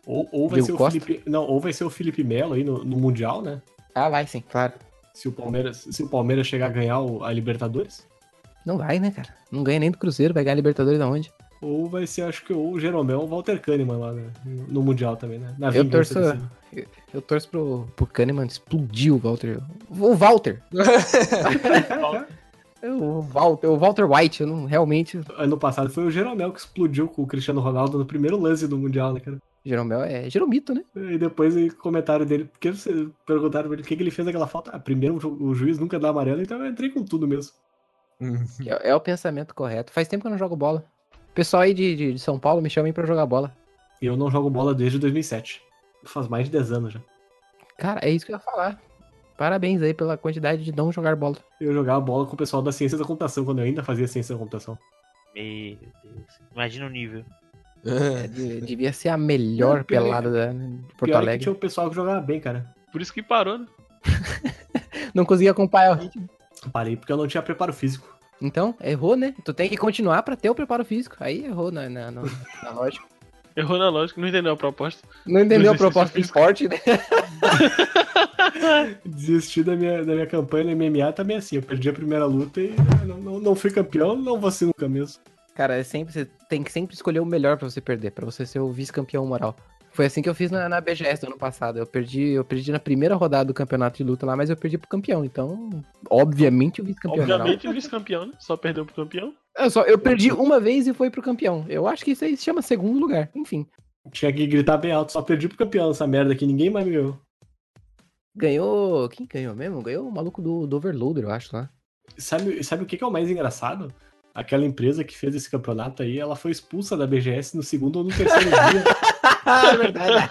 S2: Ou, ou vai
S6: Diego
S2: ser o
S6: Costa?
S2: Felipe. Não, ou vai ser o Felipe Melo aí no, no Mundial, né?
S6: Ah, vai sim, claro.
S2: Se o Palmeiras, se o Palmeiras chegar a ganhar o- a Libertadores.
S6: Não vai, né, cara? Não ganha nem do Cruzeiro, vai ganhar a Libertadores aonde?
S2: Ou vai ser, acho que, ou o Jeromel ou o Walter Kahneman lá né? no no Mundial também, né? Na
S6: Eu
S2: vingança
S6: torço-
S2: desse-
S6: Eu torço pro, pro Kahneman, explodiu o Walter. O Walter!
S2: É,
S6: o Walter, o Walter White, eu não realmente.
S2: Ano passado foi o Jeromel que explodiu com o Cristiano Ronaldo no primeiro lance do Mundial, né, cara?
S6: Jeromel é Jeromito, né?
S2: E depois o comentário dele, porque vocês perguntaram pra ele o que, que ele fez naquela falta. Ah, primeiro o ju- o juiz nunca dá amarelo, então eu entrei com tudo mesmo.
S6: É, é o pensamento correto. Faz tempo que eu não jogo bola. Pessoal aí de, de, de São Paulo me chamem pra jogar bola.
S2: Eu não jogo bola desde 2007. Faz mais de 10 anos já.
S6: Cara, é isso que eu ia falar. Parabéns aí pela quantidade de não jogar bola.
S2: Eu jogava bola com o pessoal da ciência da computação, quando eu ainda fazia ciência da computação.
S7: Meu Deus. Imagina o nível.
S6: É, de- devia ser a melhor
S2: Não, pior- é
S6: pelada da, de Porto
S2: Pior é que
S6: Alegre.
S2: tinha o pessoal que jogava bem, cara.
S3: Por isso que parou, né?
S2: um
S6: Não conseguia acompanhar o ritmo.
S2: Parei porque eu não tinha preparo físico.
S6: Então, errou, né? Tu tem que continuar pra ter o preparo físico. Aí errou né? na, na, na, na lógica.
S3: Errou na lógica, não entendeu a proposta.
S6: Não entendeu a
S3: exercício
S6: proposta do
S3: físico.
S6: esporte, né?
S2: Desisti da minha, da minha campanha no MMA também assim. Eu perdi a primeira luta e né, não, não, não fui campeão, não vou ser nunca mesmo.
S6: Cara, é sempre, você tem que sempre escolher o melhor pra você perder, pra você ser o vice-campeão moral. Foi assim que eu fiz na, na BGS do ano passado. Eu perdi, eu perdi na primeira rodada do campeonato de luta lá, mas eu perdi pro campeão. Então, obviamente, o vice-campeão moral.
S3: Obviamente o vice-campeão, né? Só perdeu pro campeão.
S6: Eu, só, eu perdi uma vez e foi pro campeão. Eu acho que isso aí se chama segundo lugar. Enfim.
S2: Tinha que gritar bem alto, só perdi pro campeão essa merda aqui, ninguém mais me ganhou.
S6: Ganhou. Quem ganhou mesmo? Ganhou o maluco do, do Overloader, eu acho lá.
S2: Sabe, sabe o que que é o mais engraçado? Aquela empresa que fez esse campeonato aí, ela foi expulsa da BGS no segundo ou no terceiro dia.
S6: Ah, verdade.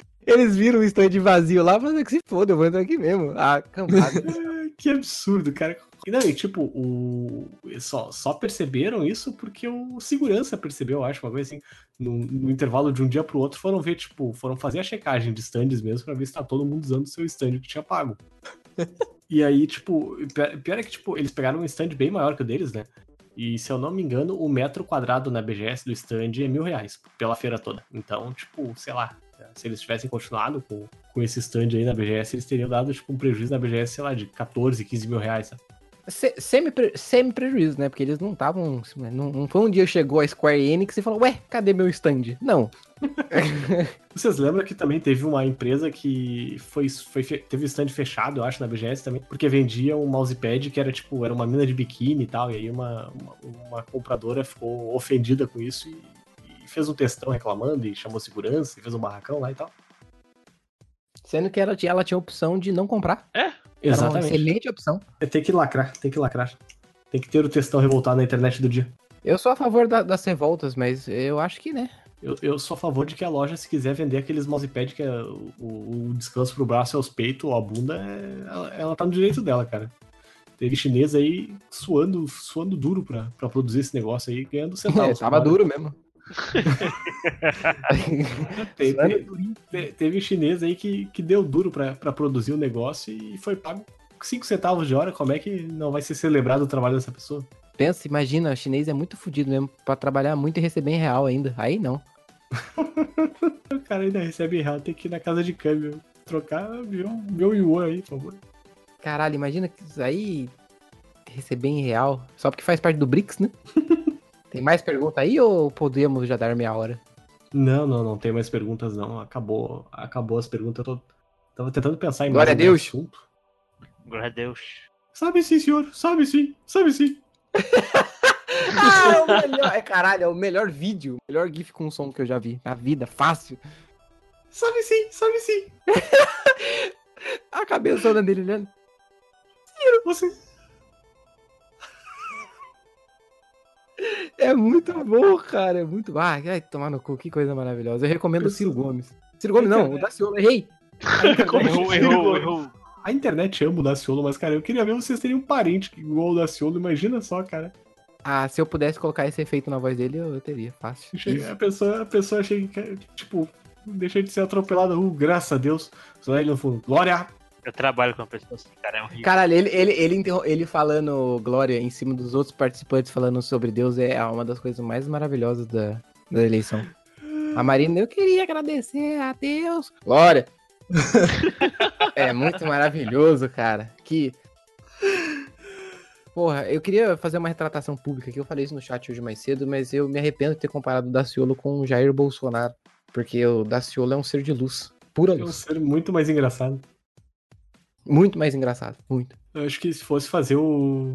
S6: Eles viram o stand vazio lá, mas é que se foda, eu vou entrar aqui mesmo. Ah, cambada.
S2: Que absurdo, cara. E não, e tipo, o... só, só perceberam isso porque o segurança percebeu, eu acho, uma coisa assim. No, no intervalo de um dia pro outro, foram ver, tipo, foram fazer a checagem de stands mesmo pra ver se tá todo mundo usando o seu stand que tinha pago. e aí, tipo, pior, pior é que, tipo, eles pegaram um stand bem maior que o deles, né? E se eu não me engano, o metro quadrado na BGS do stand é mil reais pela feira toda. Então, tipo, sei lá. Se eles tivessem continuado com, com esse stand aí na BGS, eles teriam dado, tipo, um prejuízo na BGS, sei lá, de 14, 15 mil reais, sabe?
S6: Se- semi-pre- Semi-prejuízo, né? Porque eles não estavam. Não, não foi um dia que chegou a Square Enix e falou, ué, cadê meu stand? Não.
S2: Vocês lembram que também teve uma empresa que foi, foi fe- teve stand fechado, eu acho, na BGS também, porque vendia um mousepad que era tipo, era uma mina de biquíni e tal, e aí uma, uma, uma compradora ficou ofendida com isso e, e fez um textão reclamando e chamou segurança e fez um barracão lá e tal.
S6: Sendo que ela, tinha- ela tinha a opção de não comprar. Era uma
S2: Exatamente.
S6: excelente opção.
S2: Tem que lacrar, tem que lacrar. Tem que ter o textão revoltado na internet do dia.
S6: Eu sou a favor da- das revoltas, mas eu acho que, né?
S2: Eu, eu sou a favor de que a loja, se quiser vender aqueles mousepad que é o, o- o descanso pro braço é os peitos ou a bunda, é- ela, ela tá no direito dela, cara. Teve chinês aí suando, suando duro pra, pra produzir esse negócio aí, ganhando
S6: É,
S2: centavos.
S6: tava
S2: por hora.
S6: duro mesmo.
S2: Teve,
S6: suando
S2: te- teve chinês aí que, que deu duro pra, pra produzir o negócio e foi pago 5 centavos de hora. Como é que não vai ser celebrado o trabalho dessa pessoa?
S6: Pensa, imagina, o chinês é muito fodido mesmo pra trabalhar muito e receber em real ainda. Aí não.
S2: O cara ainda recebe errado, tem que ir na casa de câmbio trocar meu, meu yuan aí, por favor.
S6: Caralho, imagina que isso aí receber em real. Só porque faz parte do BRICS, né? Tem mais pergunta aí ou podemos já dar meia hora?
S2: Não, não, não tem mais perguntas, não. Acabou, acabou as perguntas. Eu tô... tava tentando pensar em mais
S6: Glória a
S2: algum
S6: Deus.
S2: assunto.
S7: Glória a Deus.
S2: Sabe sim, senhor. Sabe sim. Sabe sim.
S6: Ah, é o melhor. É, caralho, é o melhor vídeo, o melhor GIF com som que eu já vi na vida, fácil.
S2: Sabe sim. Sabe sim.
S6: A cabeçona dele olhando.
S2: Você...
S6: É muito bom, cara. É muito. Ah, vai tomar no cu, que coisa maravilhosa. Eu recomendo o Ciro Gomes. Ciro Gomes, não, o Daciolo, errei.
S3: Errou, errou, errou.
S2: A internet ama o Daciolo, mas, cara, eu queria ver vocês terem um parente que igual o Daciolo. Imagina só, cara.
S6: Ah, se eu pudesse colocar esse efeito na voz dele, eu, eu teria, fácil.
S2: Chega- A pessoa, a pessoa chega, que, tipo, deixa de ser atropelada. Uh, graças a Deus. Só ele no fundo. Glória!
S7: Eu trabalho com uma pessoa assim, cara, é horrível.
S6: Caralho, ele, ele, ele, interrom- ele falando glória em cima dos outros participantes falando sobre Deus é uma das coisas mais maravilhosas da, da eleição. A Marina, eu queria agradecer a Deus. Glória! é muito maravilhoso, cara. Que. Porra, eu queria fazer uma retratação pública que eu falei isso no chat hoje mais cedo, mas eu me arrependo de ter comparado o Daciolo com o Jair Bolsonaro. Porque o Daciolo é um ser de luz. Pura
S2: É um
S6: luz.
S2: ser muito mais engraçado.
S6: Muito mais engraçado. Muito.
S2: Eu acho que se fosse fazer o.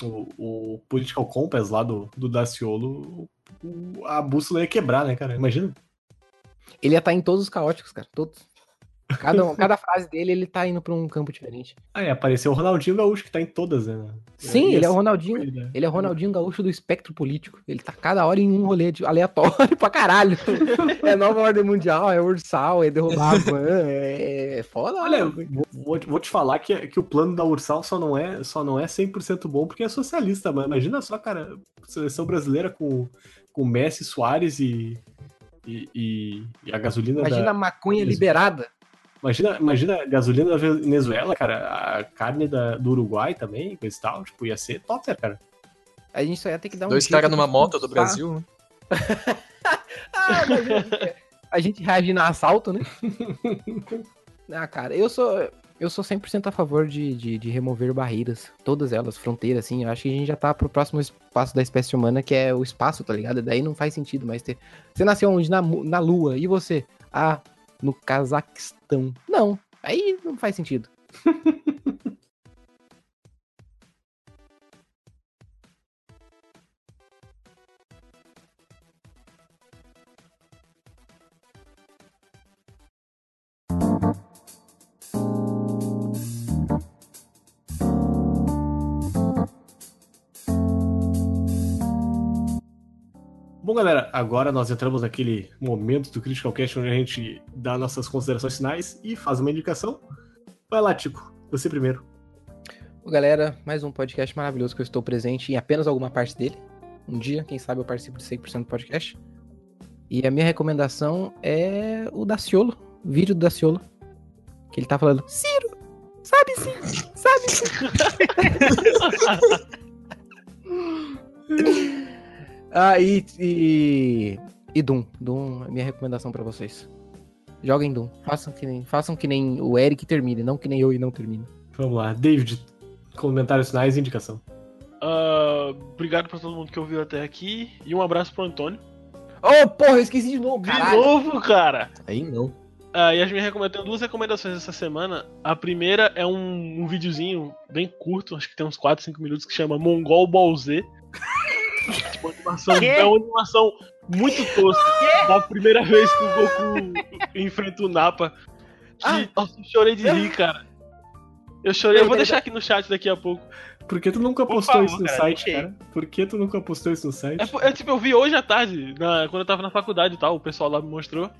S2: O, o Political Compass lá do, do Daciolo, o- a bússola ia quebrar, né, cara? Imagina.
S6: Ele ia estar em todos os caóticos, cara. Todos. Cada, um- cada frase dele, ele tá indo pra um campo diferente.
S2: Aí apareceu o Ronaldinho Gaúcho, que tá em todas, né?
S6: Sim,
S2: Ia
S6: ele é o
S2: ser
S6: Ronaldinho.
S2: ele, né?
S6: Ele é o Ronaldinho Gaúcho do espectro político. Ele tá cada hora em um rolê de- aleatório pra caralho. É nova ordem mundial, é ursal, é derrubar a van, é, é foda.
S2: Olha,
S6: mano.
S2: vou- vou, te- vou te falar que, que o plano da Ursal só não é só não é 100% bom porque é socialista, mas imagina só, cara, seleção brasileira com, com Messi, Soares e, e, e- e a gasolina da-
S6: imagina a maconha
S2: Isso.
S6: liberada.
S2: Imagina, imagina a gasolina da Venezuela, cara, a carne da- do Uruguai também, coisa e tal, tipo, ia ser top, né, cara.
S6: A gente só ia ter que dar um.
S4: Dois
S6: jeito
S4: caras
S6: de
S4: numa moto do
S6: expulsar-
S4: Brasil, né?
S6: Ah, imagina. a gente reagindo a assalto, né? Ah, cara, eu sou. Eu sou 100% a favor de, de, de remover barreiras, todas elas, fronteiras, assim. Eu acho que a gente já tá pro próximo espaço da espécie humana, que é o espaço, tá ligado? Daí não faz sentido mais ter. Você nasceu onde? Na, mu- na Lua. E você? Ah, no Cazaquistão. Não, aí não faz sentido.
S2: Bom, galera, agora nós entramos naquele momento do Critical Cast onde a gente dá nossas considerações finais e faz uma indicação. Vai lá, Tico, você primeiro.
S6: Ô, Galera, mais um podcast maravilhoso que eu estou presente em apenas alguma parte dele. Um dia, quem sabe, eu participo de 100% do podcast. E a minha recomendação é o Daciolo, o vídeo do Daciolo, que ele tá falando, Ciro, sabe sim, sabe sim. ah, e, e, e Doom, Doom é minha recomendação pra vocês. Joguem Doom, façam que nem, façam que nem o Eric termine, não que nem eu e não termine.
S2: Vamos lá, David, comentários finais e indicação.
S3: Ah, obrigado pra todo mundo que ouviu até aqui. E um abraço pro Antônio.
S6: Oh, porra, eu esqueci de novo,
S3: De
S6: caralho.
S3: novo, cara!
S4: Aí não.
S3: Ah, e a gente recomenda, tem duas recomendações essa semana. A primeira é um, um videozinho bem curto, acho que tem uns 4, 5 minutos, que chama Mongol Ball Z. tipo, uma animação,
S7: Quê?
S3: é uma animação muito tosca. Da primeira vez que o Goku enfrenta o Napa. Que,
S6: Ah.
S3: nossa, eu chorei de rir, cara. Eu chorei, eu vou deixar aqui no chat daqui a pouco.
S2: Por que tu nunca
S3: Por
S2: postou
S3: favor,
S2: isso no
S3: cara,
S2: site,
S3: ok.
S2: cara? Por que tu nunca postou isso no site?
S3: É, po- é, tipo, eu vi hoje à tarde, na- quando eu tava na faculdade e tal, o pessoal lá me mostrou.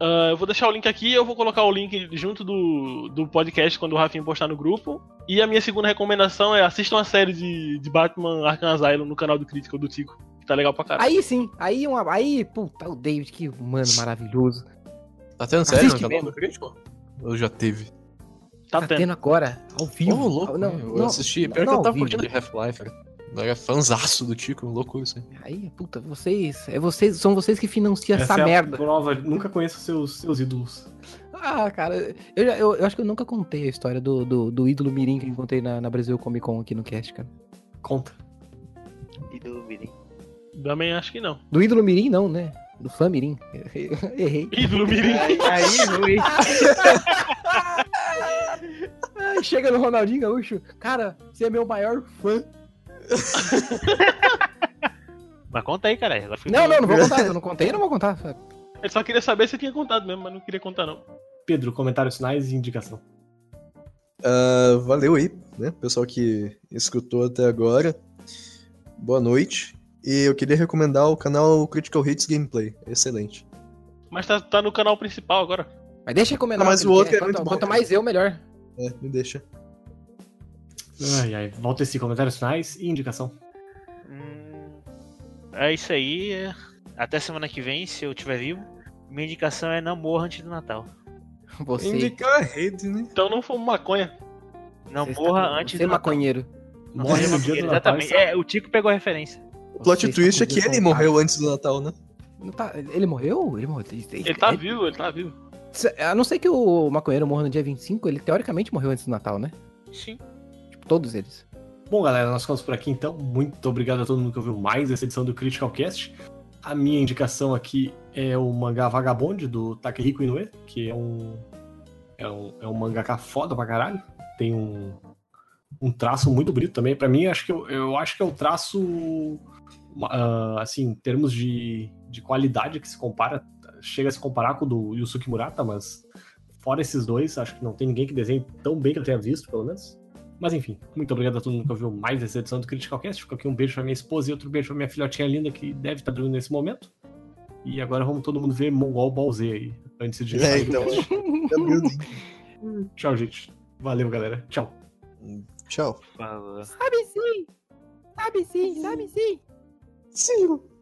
S3: Ah, eu vou deixar o link aqui, eu vou colocar o link junto do, do podcast quando o Rafinha postar no grupo. E a minha segunda recomendação é assistam a série de, de Batman Arkham Asylum no canal do Critical do Tico, que tá legal pra caralho.
S6: Aí sim, aí um aí, puta, o David, que humano maravilhoso.
S4: Tá tendo sério?
S6: Assiste
S4: já
S6: mesmo.
S4: no crítico? Eu já teve.
S3: Tá
S6: Tá
S3: tendo.
S6: tendo agora, ao vivo.
S4: Ô, louco.
S6: Não,
S4: né? eu
S6: não,
S4: assisti.
S6: não,
S4: Pior que
S6: não né?
S4: eu tava
S6: ao vivo.
S4: curtindo de Half-Life, cara. Eu era fanzaço do Tico, um louco isso aí.
S6: Aí, puta, vocês, é vocês, são vocês que financiam essa,
S2: é a
S6: merda.
S2: prova, nunca conheço seus, seus ídolos.
S6: Ah, cara, eu, já- eu, eu acho que eu nunca contei a história do, do, do ídolo mirim que eu encontrei na, na Brasil Comic Con aqui no cast, cara.
S2: Conta.
S7: De dúvida, hein?
S3: Também acho que não.
S6: Do ídolo mirim não, né? Do fã mirim. Errei.
S3: Ídolo Mirim.
S7: Aí,
S6: Ai, chega no Ronaldinho Gaúcho. Cara, você é meu maior fã.
S7: Mas conta aí, cara. Ela foi-
S6: Não, não, não vou contar. Eu não contei, não vou contar.
S3: Eu só queria saber se eu tinha contado mesmo, mas não queria contar não.
S2: Pedro, comentários finais e indicação.
S4: Ah, valeu aí, né? Pessoal que escutou até agora. Boa noite. E eu queria recomendar o canal Critical Hits Gameplay. Excelente.
S3: Mas tá, tá no canal principal agora.
S6: Mas deixa eu comentar.
S4: Ah, mas
S6: que
S4: o
S6: ele
S4: outro
S6: quer.
S4: é muito
S6: Quanto-
S4: bom,
S6: Quanto
S4: cara.
S6: mais eu, melhor.
S4: É, me deixa.
S2: Ai, ai, volta esse comentários finais e indicação.
S7: Hum, é isso aí. é. Até semana que vem, se eu estiver vivo. Minha indicação é não morra antes do Natal.
S6: Você,
S4: Indicar a rede, né?
S3: Então não foi maconha.
S7: Não
S6: você está-
S2: tá
S7: morra antes
S6: você é
S7: do Natal.
S6: maconheiro.
S2: Morre no dia
S7: Você é
S2: do
S7: maconheiro,
S2: Natal.
S7: Exatamente. É, o Tico pegou a referência.
S4: O plot
S6: Você está
S4: twist é
S6: com
S4: que ele
S6: vontade.
S4: morreu antes do Natal, né?
S6: Não tá- ele morreu? Ele morreu. é,
S3: Ele tá vivo, ele tá vivo.
S6: A não ser que o maconheiro morra no dia 25, ele teoricamente morreu antes do Natal, né?
S3: Sim.
S6: Tipo, todos eles.
S2: Bom, galera, nós ficamos por aqui então. Muito obrigado a todo mundo que ouviu mais essa edição do Critical Cast. A minha indicação aqui é o mangá Vagabond, do Takehiko Inoue, que é um. É um, é um mangaka foda pra caralho. Tem um, um traço muito bonito também. Pra mim, acho que eu, eu acho que é o traço. ah, assim, em termos de, de qualidade que se compara. Chega a se comparar com o do Yusuke Murata, mas fora esses dois, acho que não tem ninguém que desenhe tão bem que eu tenha visto, pelo menos. Mas enfim, muito obrigado a todo mundo que ouviu mais essa edição do Critical Cast. Fica aqui um beijo pra minha esposa e outro beijo pra minha filhotinha linda que deve estar dormindo nesse momento. E agora vamos todo mundo ver Mongol Ball Z aí, antes de.
S4: É, então. Meu Deus.
S2: Tchau, gente. Valeu, galera. Tchau.
S4: Tchau.
S7: Falou.
S6: Sabe sim! Sabe sim, sabe sim!
S4: Sim.